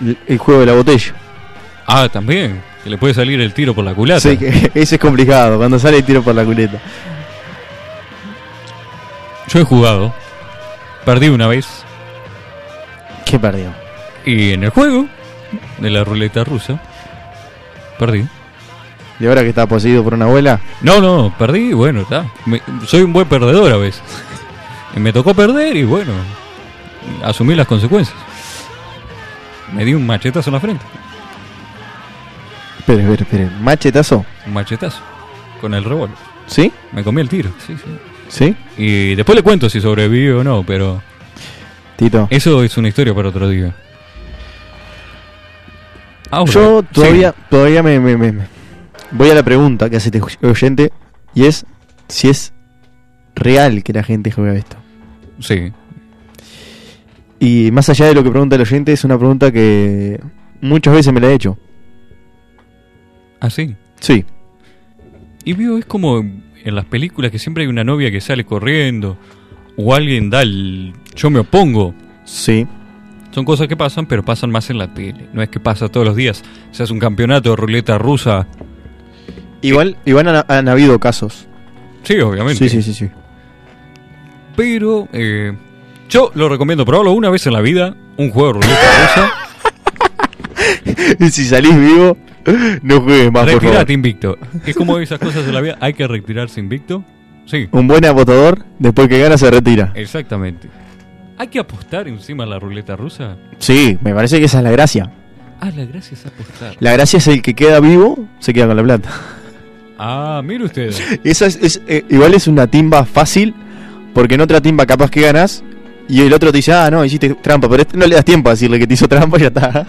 B: el, el juego de la botella.
A: Ah, también. Que le puede salir el tiro por la culata.
B: Sí, que ese es complicado, cuando sale el tiro por la culeta.
A: Yo he jugado. Perdí una vez.
B: Qué perdió.
A: Y en el juego de la ruleta rusa. Perdí.
B: Y ahora que está poseído por una abuela,
A: No, no, perdí. Bueno, está. Me- soy un buen perdedor a veces. Y me tocó perder y bueno. Asumí las consecuencias. Me di un machetazo en la frente.
B: espere, espere, espere. Machetazo.
A: Un machetazo. Con el revólver.
B: ¿Sí?
A: Me comí el tiro. Sí, sí.
B: ¿Sí?
A: Y después le cuento si sobreviví o no, pero
B: Tito.
A: eso es una historia para otro día. Ahora,
B: Yo
A: sí.
B: todavía, todavía me, me- me- me- voy a la pregunta que hace este oyente y es si es real que la gente juega esto.
A: Sí.
B: Y más allá de lo que pregunta el oyente, es una pregunta que muchas veces me la he hecho.
A: Ah, sí.
B: Sí.
A: Y veo, es como en las películas que siempre hay una novia que sale corriendo o alguien da el yo me opongo.
B: Sí.
A: Son cosas que pasan, pero pasan más en la tele. No es que pasa todos los días. Se hace un campeonato de ruleta rusa.
B: Igual, igual han, han habido casos.
A: Sí, obviamente.
B: Sí, sí, sí, sí.
A: Pero eh, yo lo recomiendo probarlo una vez en la vida. Un juego de ruleta rusa.
B: Ah, Y si salís vivo, no juegues más, por favor.
A: Retirate invicto. Es como esas cosas de la vida. Hay que retirarse invicto. Sí,
B: Un buen apostador, después que gana se
A: Eh.
B: retira.
A: exactamente. Hay que apostar encima de la ruleta rusa.
B: Sí, me parece que esa es la gracia.
A: Ah, la gracia es apostar.
B: La gracia es el que queda vivo, se queda con la plata.
A: Ah, mire usted.
B: Esa es, es, eh, igual es una timba fácil, porque en otra timba capaz que ganas y el otro te dice, ah, no, hiciste trampa, pero este no le das tiempo a decirle que te hizo trampa y ya está.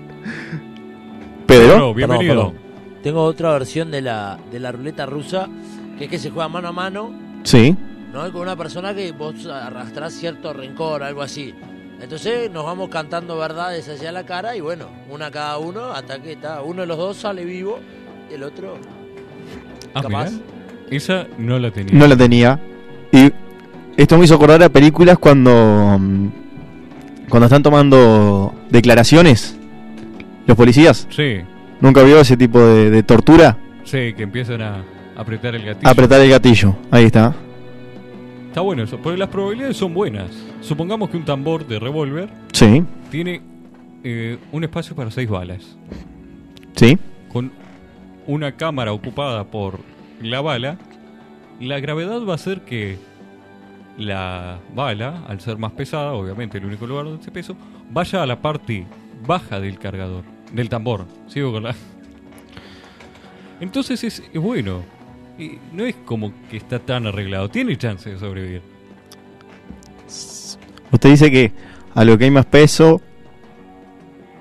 B: Pedro,
A: Bueno, bienvenido.
D: Perdón, Tengo otra versión de la, de la ruleta rusa, que es que se juega mano a mano,
B: sí,
D: ¿no? Y Con una persona que vos arrastrás cierto rencor, algo así. Entonces nos vamos cantando verdades hacia la cara y bueno, una cada uno hasta que está, uno de los dos sale vivo y el otro
A: Ah, mirá.
D: capaz.
A: Esa no la tenía.
B: no la tenía. Y esto me hizo acordar a películas cuando, mm, cuando están tomando declaraciones los policías.
A: Sí,
B: Nunca vio ese tipo de, de tortura.
A: sí, que empiezan a apretar el gatillo.
B: Apretar el gatillo, ahí está.
A: Está bueno eso, porque las probabilidades son buenas. Supongamos que un tambor de revólver
B: Sí,
A: tiene eh, un espacio para seis balas.
B: sí,
A: con una cámara ocupada por la bala, la gravedad va a hacer que la bala, al ser más pesada, obviamente el único lugar donde se peso, vaya a la parte baja del cargador, del tambor. Sigo con la. Entonces es, es bueno. Y no es como que está tan arreglado. Tiene chance de sobrevivir.
B: Usted dice que a lo que hay más peso,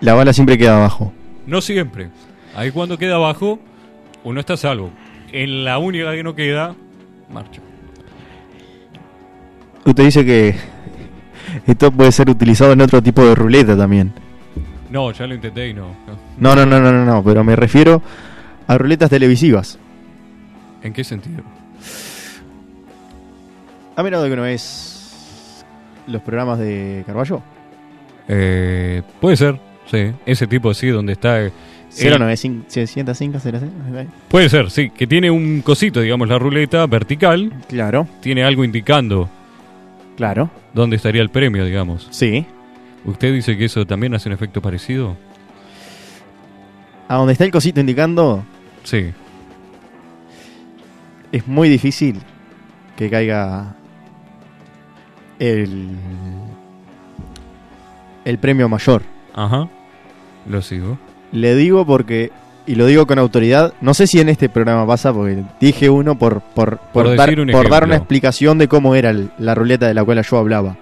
B: la bala siempre queda abajo.
A: No siempre. Ahí cuando queda abajo, uno está a salvo. En la única que no queda, marcha.
B: Usted dice que esto puede ser utilizado en otro tipo de ruleta también.
A: No, ya lo intenté y no. no.
B: No, no, no, no, no, no, pero me refiero a ruletas televisivas.
A: ¿En qué sentido?
B: ¿Ha mirado que no es los programas de Carballo?
A: Eh, puede ser, sí. Ese tipo así donde está... eh, el-
B: 095, 705, 00,
A: Puede ser, sí. Que tiene un cosito, digamos, la ruleta vertical.
B: Claro,
A: Tiene algo indicando
B: claro,
A: dónde estaría el premio, digamos.
B: sí.
A: ¿Usted dice que eso también hace un efecto parecido?
B: A donde está el cosito indicando,
A: Sí.
B: es muy difícil que caiga el, el premio mayor.
A: Ajá. Lo sigo.
B: Le digo porque, y lo digo con autoridad, no sé si en este programa pasa, porque dije uno por, por, por,
A: Por
B: dar,
A: decir un
B: por dar una
A: ejemplo.
B: explicación de cómo era el- la ruleta de la cual yo hablaba.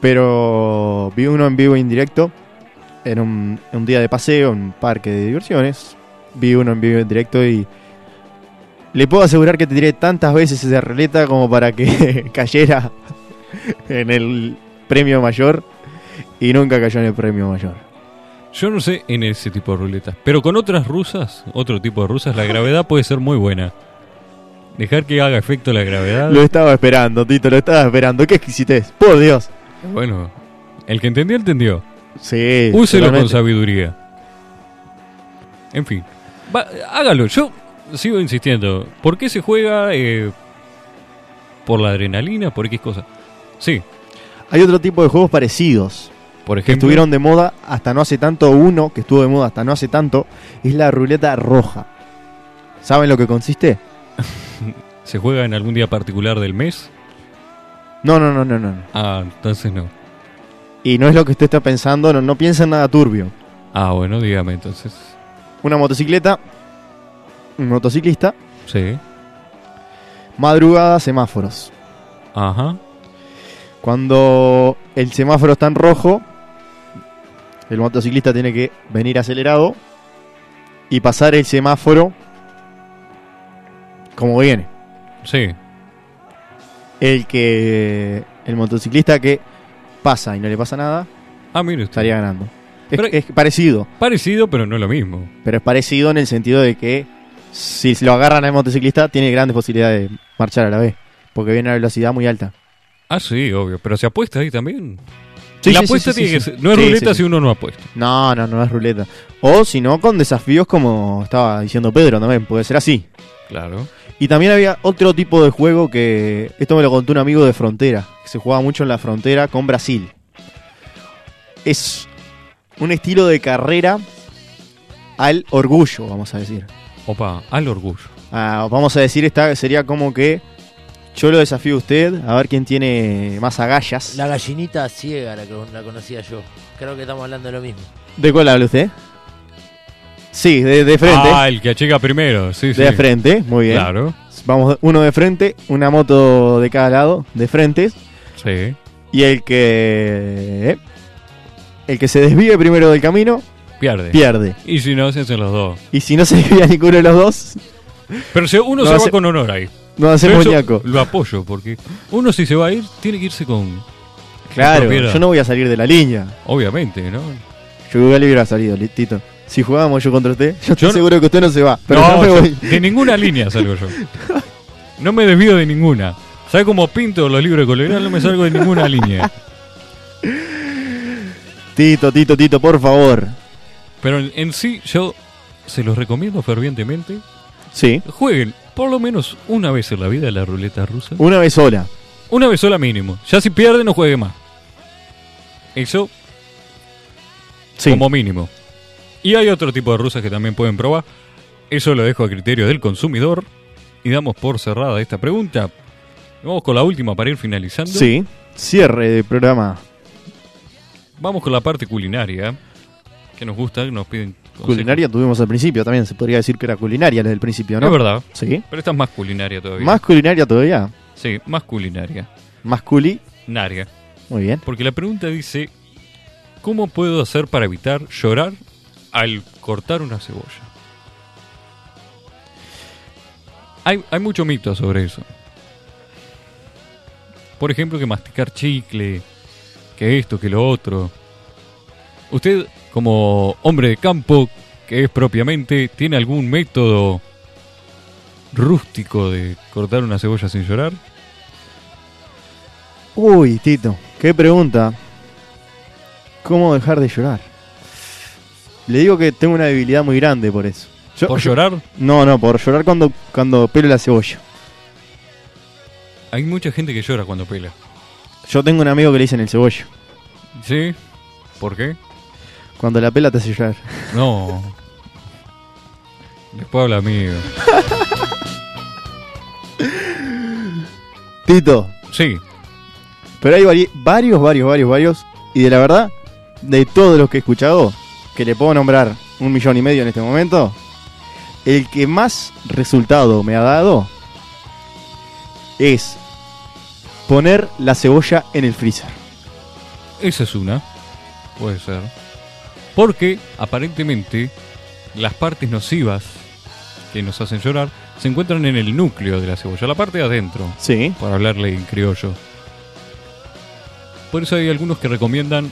B: Pero vi uno en vivo e indirecto, en un, en un día de paseo, en un parque de diversiones. Vi uno en vivo en directo y le puedo asegurar que te tiré tantas veces esa ruleta como para que cayera en el premio mayor y nunca cayó en el premio mayor.
A: Yo no sé en ese tipo de ruletas, pero con otras rusas, otro tipo de rusas, la gravedad puede ser muy buena. Dejar que haga efecto la gravedad.
B: Lo estaba esperando, Tito, lo estaba esperando. Qué exquisitez, por Dios.
A: Bueno, el que entendió, entendió.
B: Sí.
A: Úselo con
B: totalmente.
A: sabiduría. En fin, Va, hágalo. Yo sigo insistiendo. ¿Por qué se juega? Eh, ¿Por la adrenalina? ¿Por qué cosa? Sí,
B: Hay otro tipo de juegos parecidos
A: por
B: que
A: ejemplo.
B: estuvieron de moda hasta no hace tanto. Uno que estuvo de moda hasta no hace tanto es la ruleta roja. ¿Saben lo que consiste?
A: ¿Se juega en algún día particular del mes?
B: No, no, no, no, no. no.
A: Ah, entonces no.
B: Y no es lo que usted está pensando, no, no piensa en nada turbio.
A: Ah, bueno, dígame entonces.
B: Una motocicleta, un motociclista,
A: Sí.
B: madrugada, semáforos.
A: Ajá.
B: Cuando el semáforo está en rojo, el motociclista tiene que venir acelerado y pasar el semáforo como viene.
A: Sí.
B: El que el motociclista que pasa y no le pasa nada
A: Ah, mire usted.
B: estaría ganando. Es,
A: Pero-
B: es parecido,
A: Parecido, pero no lo mismo.
B: pero es parecido en el sentido de que si lo agarran al motociclista tiene grandes posibilidades de marchar a la vez, porque viene a una velocidad muy alta.
A: Ah, sí, obvio. Pero se apuesta ahí también.
B: Sí,
A: la
B: sí, sí,
A: apuesta
B: sí,
A: tiene que
B: sí.
A: ser- No es
B: Sí, sí,
A: ruleta
B: sí.
A: si uno no apuesta.
B: No, no, no es ruleta. O si no, con desafíos como estaba diciendo Pedro también, puede ser así.
A: Claro.
B: Y también había otro tipo de juego que. Esto me lo contó un amigo de Frontera, que se jugaba mucho en la frontera con Brasil. Es un estilo de carrera al orgullo, vamos a decir.
A: Opa, al orgullo.
B: Ah, vamos a decir, esta sería como que. Yo lo desafío a usted a ver quién tiene más agallas.
D: La gallinita ciega, la que la conocía yo. Creo que estamos hablando de lo mismo.
B: ¿De cuál habla usted? Sí, de, de frente.
A: Ah, el que llega primero. Sí, sí.
B: de frente, muy bien.
A: Claro.
B: Vamos uno de frente, una moto de cada lado, de frente.
A: Sí.
B: Y el que. eh, El que se desvíe primero del camino,
A: Pierde.
B: pierde.
A: Y si no, se hacen los dos.
B: Y si no se desvía ninguno de los dos,
A: Pero si uno
B: No
A: se
B: hace-
A: va con honor ahí.
B: nos hacemos
A: Yo eso
B: ñaco.
A: Lo apoyo, porque uno si se va a ir, tiene que irse con.
B: Claro,
A: propiedad.
B: yo no voy a salir de la línea.
A: Obviamente, ¿no?
B: Yo igual hubiera salido, li- Tito. Si jugábamos yo contra usted, yo estoy
A: no-
B: seguro que usted no se va. Pero no, me
A: yo-
B: voy.
A: de ninguna línea salgo yo. No me desvío de ninguna. ¿Sabes cómo pinto los libros de colorear? No me salgo de ninguna línea.
B: Tito, Tito, Tito, por favor.
A: Pero en, en sí, yo se los recomiendo fervientemente.
B: Sí,
A: Jueguen por lo menos una vez en la vida la ruleta rusa.
B: una vez sola.
A: Una vez sola mínimo. Ya si pierde, no juegue más. Eso
B: Sí.
A: como mínimo. Y hay otro tipo de rusas que también pueden probar. Eso lo dejo a criterio del consumidor. Y damos por cerrada esta pregunta. Vamos con la última para ir finalizando.
B: Sí, cierre del programa.
A: Vamos con la parte culinaria. Que nos gusta, que nos piden. consejos.
B: Culinaria tuvimos al principio también, se podría decir que era culinaria desde el principio, ¿no?
A: Es verdad.
B: Sí.
A: Pero esta es más culinaria todavía.
B: Más culinaria todavía.
A: Sí, más culinaria.
B: Más culi.
A: Naria.
B: Muy bien.
A: Porque la pregunta dice: ¿Cómo puedo hacer para evitar llorar al cortar una cebolla? Hay, hay mucho mito sobre eso. Por ejemplo, que masticar chicle, que esto, que lo otro. Usted, como hombre de campo, que es propiamente, ¿tiene algún método rústico de cortar una cebolla sin llorar?
B: Uy, Tito, qué pregunta. ¿Cómo dejar de llorar? Le digo que tengo una debilidad muy grande por eso. Yo-
A: ¿Por
B: yo-
A: llorar?
B: No, no, por llorar cuando, cuando pelo la cebolla.
A: Hay mucha gente que llora cuando pela.
B: Yo tengo un amigo que le dicen el cebollo.
A: Sí. ¿Por qué?
B: Cuando la pela te hace llorar.
A: No. Después habla amigo.
B: Tito.
A: Sí,
B: Pero hay vari- varios, varios, varios, varios. Y de la verdad, de todos los que he escuchado, que le puedo nombrar un millón y medio en este momento, el que más resultado me ha dado es poner la cebolla en el freezer.
A: esa es una. Puede ser. Porque aparentemente las partes nocivas que nos hacen llorar se encuentran en el núcleo de la cebolla, la parte de adentro.
B: Sí.
A: para hablarle en criollo. Por eso hay algunos que recomiendan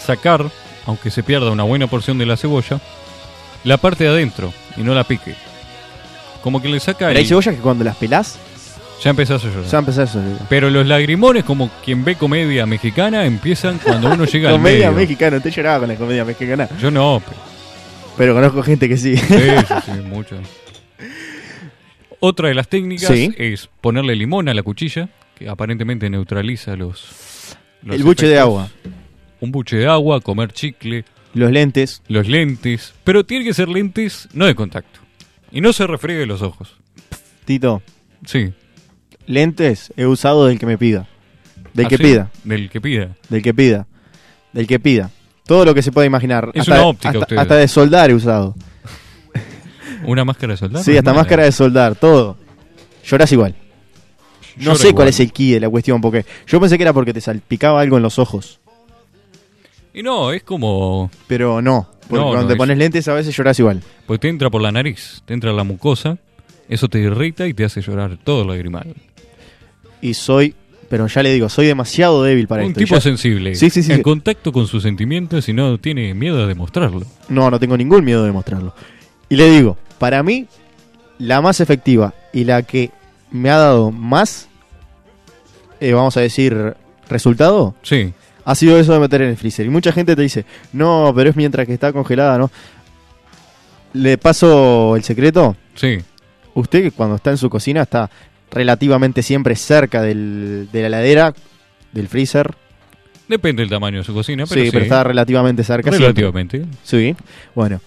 A: sacar, aunque se pierda una buena porción de la cebolla, la parte de adentro y no la pique. Como que le saca
B: Pero hay
A: el...
B: cebollas que cuando las pelás,
A: Ya empezás a llorar.
B: ya empezás a sonar.
A: Pero los lagrimones, como quien ve comedia mexicana, empiezan cuando uno llega al
B: Comedia
A: medio.
B: mexicana, te lloraba con la comedia mexicana.
A: Yo no, pero-
B: Pero conozco gente que sí.
A: Sí, sí, sí, mucho. Otra de las técnicas
B: Sí.
A: es ponerle limón a la cuchilla, que aparentemente neutraliza los. los
B: el buche de
A: efectos.
B: agua,
A: Un buche de agua, comer chicle,
B: los lentes.
A: los lentes. Pero tiene que ser lentes no de contacto. Y no se refriegue los ojos.
B: Tito,
A: Sí.
B: lentes he usado del que me pida. Del que
A: así,
B: pida,
A: Del que pida.
B: del que pida, del que pida. Todo lo que se pueda imaginar.
A: Es una óptica
B: hasta,
A: ustedes.
B: hasta de soldar he usado.
A: Una máscara de soldado.
B: sí, hasta máscara de soldar, todo. Llorás igual. No sé cuál es el key de la cuestión, porque yo pensé que era porque te salpicaba algo en los ojos.
A: Y no, es como.
B: Pero no, porque
A: No,
B: cuando
A: no,
B: te
A: es-
B: pones lentes a veces llorás igual.
A: Pues te entra por la nariz, te entra la mucosa, eso te irrita y te hace llorar todo lagrimal.
B: Y soy, pero ya le digo, soy demasiado débil para
A: un
B: esto. Y
A: tipo
B: ya-
A: sensible.
B: Sí, sí, sí,
A: En
B: sí.
A: contacto con sus sentimientos y no tiene miedo de mostrarlo.
B: No, no tengo ningún miedo de mostrarlo. Y le digo, para mí, la más efectiva y la que me ha dado más, eh, vamos a decir, resultado,
A: Sí.
B: ha sido eso de meter en el freezer. Y mucha gente te dice, no, pero es mientras que está congelada, ¿no? Le paso el secreto.
A: Sí.
B: Usted que cuando está en su cocina está relativamente siempre cerca del- de la heladera, del freezer.
A: Depende del tamaño de su cocina, pero
B: sí, pero está relativamente cerca. siempre.
A: relativamente.
B: Sí. Bueno.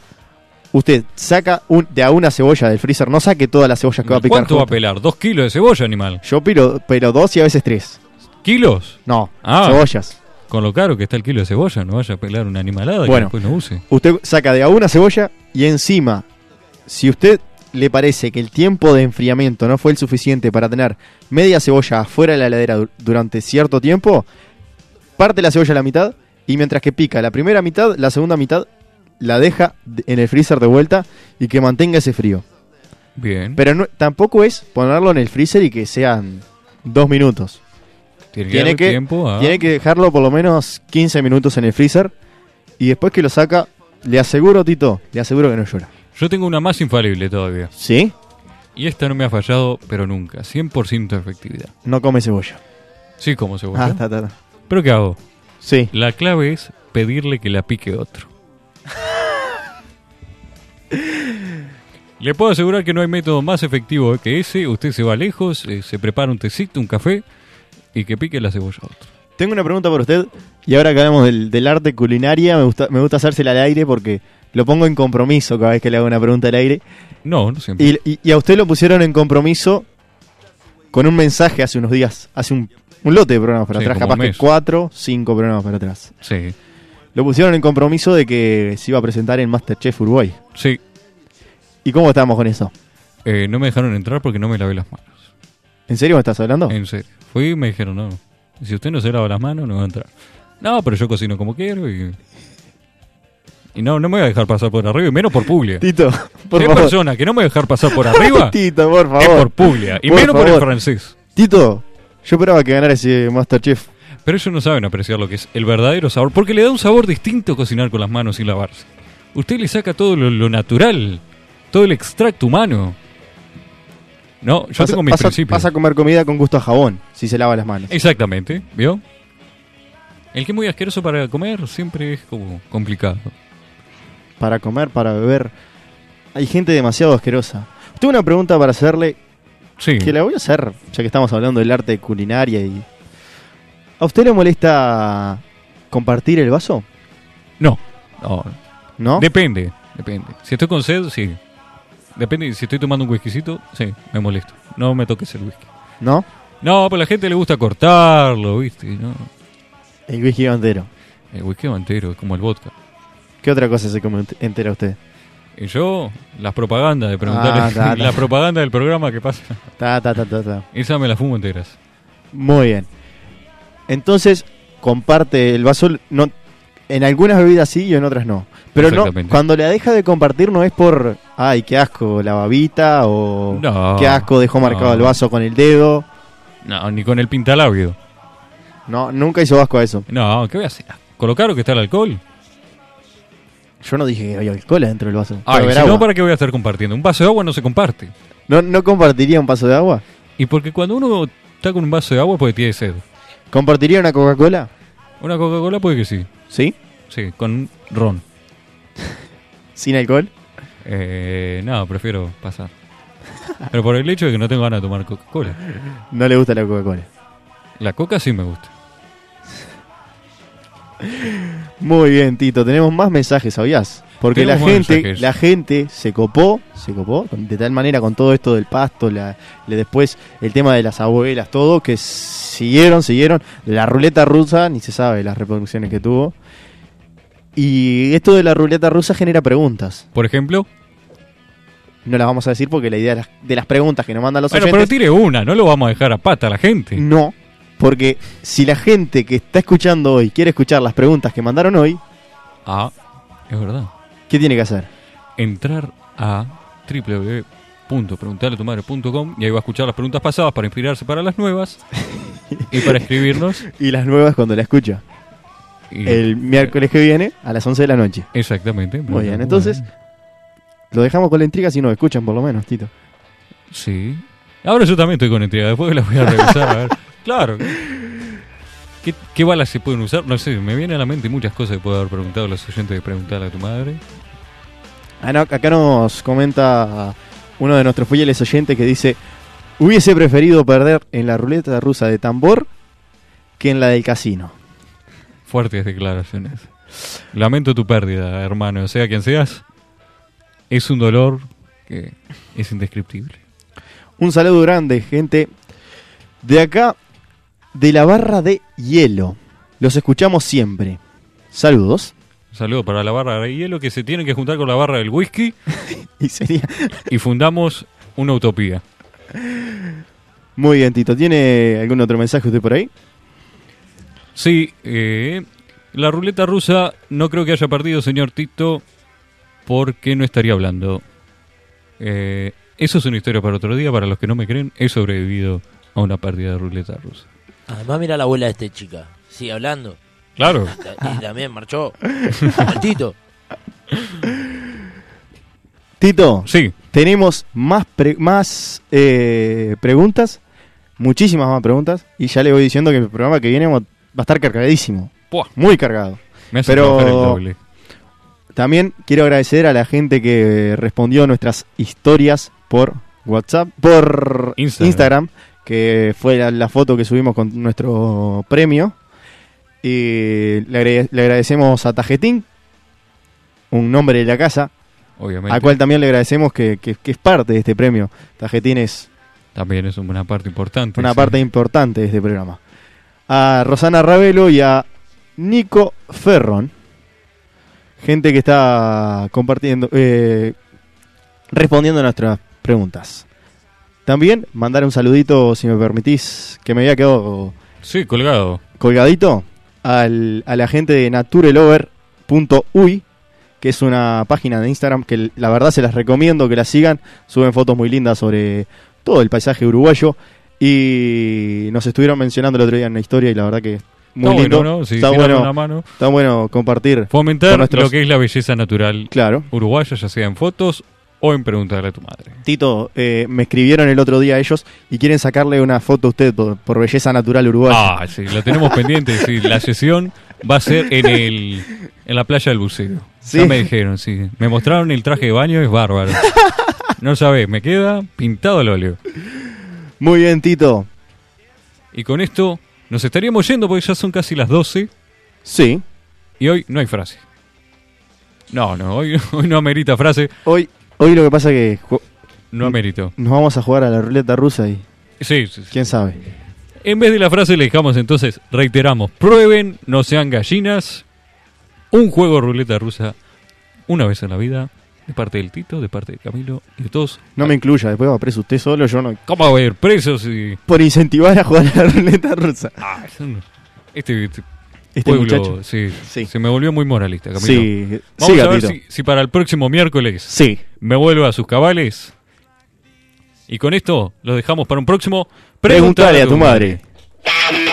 B: Usted saca un- de a una cebolla del freezer, no saque todas las cebollas que va a picar.
A: ¿Cuánto va a
B: juntas.
A: pelar? ¿Dos kilos de cebolla, animal?
B: Yo piro, pero dos y a veces tres.
A: ¿Kilos?
B: No,
A: Ah.
B: cebollas.
A: Con lo caro que está el kilo de cebolla, no vaya a pelar una animalada
B: Bueno.
A: que después no use.
B: Usted saca de a una cebolla y encima, si usted le parece que el tiempo de enfriamiento no fue el suficiente para tener media cebolla afuera de la heladera du- durante cierto tiempo, parte la cebolla a la mitad y mientras que pica la primera mitad, la segunda mitad la deja de- en el freezer de vuelta y que mantenga ese frío.
A: Bien.
B: Pero no- tampoco es ponerlo en el freezer y que sean dos minutos.
A: tiene que
B: tiene
A: darle
B: que-
A: tiempo ah. a...
B: Tiene que dejarlo por lo menos 15 minutos en el freezer. Y después que lo saca, le aseguro, Tito, le aseguro que no llora.
A: Yo tengo una más infalible todavía.
B: ¿Sí?
A: Y esta no me ha fallado, pero nunca. 100% de efectividad.
B: No come cebolla.
A: Sí, como cebolla.
B: Ah, está, está, está.
A: ¿Pero qué hago?
B: Sí.
A: La clave es pedirle que la pique otro. Le puedo asegurar que no hay método más efectivo que ese. Usted se va lejos, eh, se prepara un tecito, un café y que pique la cebolla a otro.
B: Tengo una pregunta para usted. Y ahora que hablamos del, del arte culinaria, me gusta, me gusta hacérsela al aire porque lo pongo en compromiso cada vez que le hago una pregunta al aire.
A: No, no siempre.
B: Y, y- y a usted lo pusieron en compromiso con un mensaje hace unos días, hace un, un lote de programas para
A: Sí,
B: atrás,
A: como
B: capaz
A: un
B: que
A: mes.
B: cuatro, cinco programas para atrás.
A: Sí,
B: Lo pusieron en compromiso de que se iba a presentar en Masterchef Uruguay.
A: sí.
B: ¿Y cómo estamos con eso?
A: Eh, no me dejaron entrar porque no me lavé las manos.
B: ¿En serio me estás hablando?
A: En serio. Fui y me dijeron, no, si usted no se lava las manos, no va a entrar. No, pero yo cocino como quiero y... Y no, no me voy a dejar pasar por arriba, y menos por Puglia.
B: Tito, por
A: Si hay
B: favor.
A: persona que no me va a dejar pasar por arriba,
B: Tito, por
A: es
B: favor.
A: por Puglia. Y
B: Por
A: menos por el
B: favor.
A: francés.
B: Tito, yo esperaba que ganara ese Masterchef.
A: Pero ellos no saben apreciar lo que es el verdadero sabor, porque le da un sabor distinto cocinar con las manos y lavarse. Usted le saca todo lo, lo natural, todo el extracto humano. No, yo tengo mis
B: pasa,
A: principios. Eh.
B: pasa a comer comida con gusto a jabón, si se lava las manos.
A: Exactamente, ¿vio? El que es muy asqueroso para comer siempre es como complicado.
B: Para comer, para beber. Hay gente demasiado asquerosa. Tengo una pregunta para hacerle
A: Sí.
B: que la voy a hacer, ya que estamos hablando del arte culinaria y... ¿A usted le molesta compartir el vaso?
A: No, no.
B: ¿No?
A: Depende, depende. Si estoy con sed, sí. Depende, si estoy tomando un whiskycito, sí, me molesto. No me toques el whisky.
B: ¿No?
A: No, pero a la gente le gusta cortarlo, ¿viste? No.
B: El whisky va entero.
A: El whisky va entero, es como el vodka.
B: ¿Qué otra cosa se come ent- entera usted?
A: Y yo, las propagandas de preguntarle.
B: Ah, está, está.
A: la propaganda del programa que pasa.
B: Ta, ta, ta, ta, ta.
A: Esa me la fumo enteras.
B: Muy bien. Entonces, comparte el vaso. No, en algunas bebidas sí y en otras no. Pero no,
A: Exactamente.
B: cuando la deja de compartir no es por, ay, qué asco, la babita o
A: No,
B: qué asco, dejó marcado
A: no.
B: el vaso con el dedo.
A: No, ni con el pintalabio.
B: No, nunca hizo vasco a eso.
A: No, ¿qué voy a hacer? ¿Colocaron que está el alcohol?
B: Yo no dije que había alcohol adentro del vaso.
A: Ay,
B: Puede haber
A: si no,
B: agua.
A: ¿para qué voy a estar compartiendo? Un vaso de agua no se comparte.
B: ¿No, ¿No compartiría un vaso de agua?
A: Y porque cuando uno está con un vaso de agua, porque tiene sed.
B: ¿Compartiría una Coca-Cola?
A: Una Coca-Cola puede que sí.
B: ¿Sí?
A: Sí, con ron.
B: ¿Sin alcohol?
A: Eh, no, prefiero pasar. Pero por el hecho de que no tengo ganas de tomar Coca-Cola.
B: No le gusta la Coca-Cola.
A: La coca sí me gusta.
B: Muy bien, Tito. Tenemos más mensajes, ¿sabías? Porque la
A: Tenemos más
B: gente,
A: mensajes.
B: la gente se copó, se copó de tal manera con todo esto del pasto, la, le- después el tema de las abuelas, todo, que siguieron, siguieron. La ruleta rusa, ni se sabe las reproducciones que tuvo. Y esto de la ruleta rusa genera preguntas.
A: Por ejemplo,
B: No las vamos a decir porque la idea de las, de las preguntas que nos mandan los
A: bueno, pero
B: oyentes- Mm.
A: tire una, no lo vamos a dejar a pata a la gente.
B: No, porque si la gente que está escuchando hoy quiere escuchar las preguntas que mandaron hoy,
A: Ah, es verdad.
B: ¿qué tiene que hacer?
A: Entrar a www.preguntarletumadre.com y ahí va a escuchar las preguntas pasadas para inspirarse para las nuevas y para escribirnos.
B: Y las nuevas cuando la escucha.
A: Y-
B: El miércoles que viene a las 11 de la noche.
A: Exactamente.
B: Muy bien, entonces lo dejamos con la intriga si nos escuchan por lo menos, Tito.
A: Sí. Ahora yo también estoy con intriga, después las voy a revisar. a ver. Claro. ¿Qué, ¿Qué balas se pueden usar? No sé, me vienen a la mente muchas cosas que puedo haber preguntado a los oyentes de preguntarle a tu madre.
B: Ah, no, acá nos comenta uno de nuestros fieles oyentes que dice, hubiese preferido perder en la ruleta rusa de tambor que en la del casino.
A: Fuertes declaraciones. Lamento tu pérdida, hermano. Sea quien seas, es un dolor que es indescriptible.
B: Un saludo grande, gente. De acá, de la barra de hielo. Los escuchamos siempre. Saludos.
A: Un saludo para la barra de hielo que se tiene que juntar con la barra del whisky
B: Y sería...
A: y fundamos una utopía.
B: Muy bien, Tito. ¿Tiene algún otro mensaje usted por ahí?
A: Sí, eh, la ruleta rusa no creo que haya perdido, señor Tito, porque no estaría hablando. Eh, eso es una historia para otro día, para los que no me creen, he sobrevivido a una pérdida de ruleta rusa.
D: Además, mira la abuela de este chica. Sigue hablando.
A: Claro.
D: Y también marchó. Maldito.
B: Tito,
A: Sí,
B: tenemos más, pre- más eh, preguntas, muchísimas más preguntas, y ya le voy diciendo que el programa que viene va va a estar cargadísimo,
A: Buah,
B: muy cargado.
A: me hace
B: Pero-
A: trabajar el doble.
B: También quiero agradecer a la gente que respondió nuestras historias por WhatsApp, por
A: Instagram.
B: Instagram, que fue la, la foto que subimos con nuestro premio. Y le, agrade- le agradecemos a Tajetín, un nombre de la casa,
A: Obviamente.
B: al cual también le agradecemos que, que- que es parte de este premio. Tajetín es
A: También es una parte importante.
B: una
A: sí.
B: parte importante de este programa. A Rosana Ravelo y a Nico Ferron. Gente que está compartiendo, eh, respondiendo a nuestras preguntas. También mandar un saludito, si me permitís, que me había quedado
A: Sí, colgado.
B: colgadito, al- a la gente de naturelover.uy, que es una página de Instagram que l- la verdad se las recomiendo que la sigan. Suben fotos muy lindas sobre todo el paisaje uruguayo. Y nos estuvieron mencionando el otro día en la historia y la verdad que muy
A: está
B: lindo.
A: bueno, ¿no? Sí,
B: está,
A: tirar
B: bueno,
A: una mano.
B: está bueno compartir.
A: Fomentar
B: Con nuestros-
A: lo que es la belleza natural
B: Claro.
A: uruguaya, ya sea en fotos o en preguntarle a tu madre.
B: Tito, eh, me escribieron el otro día ellos y quieren sacarle una foto a usted por, por belleza natural uruguaya.
A: Ah, sí, lo tenemos pendiente. Sí, la sesión va a ser en el en la playa del buceo.
B: Sí.
A: Ya me dijeron, sí. Me mostraron el traje de baño, es bárbaro. No sabés, me queda pintado al óleo.
B: Muy bien, Tito.
A: Y con esto nos estaríamos yendo porque ya son casi las 12
B: Sí.
A: y hoy no hay frase. No, no, hoy, hoy no amerita frase,
B: Hoy, hoy lo que pasa es que ju-
A: no amerito.
B: nos vamos a jugar a la ruleta rusa y
A: Sí, sí, sí.
B: quién sabe.
A: En vez de la frase le dejamos entonces, reiteramos, prueben, no sean gallinas, un juego de ruleta rusa una vez en la vida, de parte del Tito, de parte de Camilo y de todos.
B: No me incluya, después va preso usted solo, yo no.
A: ¿Cómo va a haber presos? Y...
B: Por incentivar a jugar a la ruleta rusa.
A: Ah, es un- este, este
B: Este muchacho.
A: pueblo sí,
B: Sí.
A: se me volvió muy moralista, Camilo.
B: Sí,
A: Vamos
B: sí,
A: a ver
B: gatito.
A: si, si para el próximo miércoles
B: Sí.
A: me vuelvo a sus cabales. Y con esto lo dejamos para un próximo.
B: Preguntale a tu madre.
F: Thank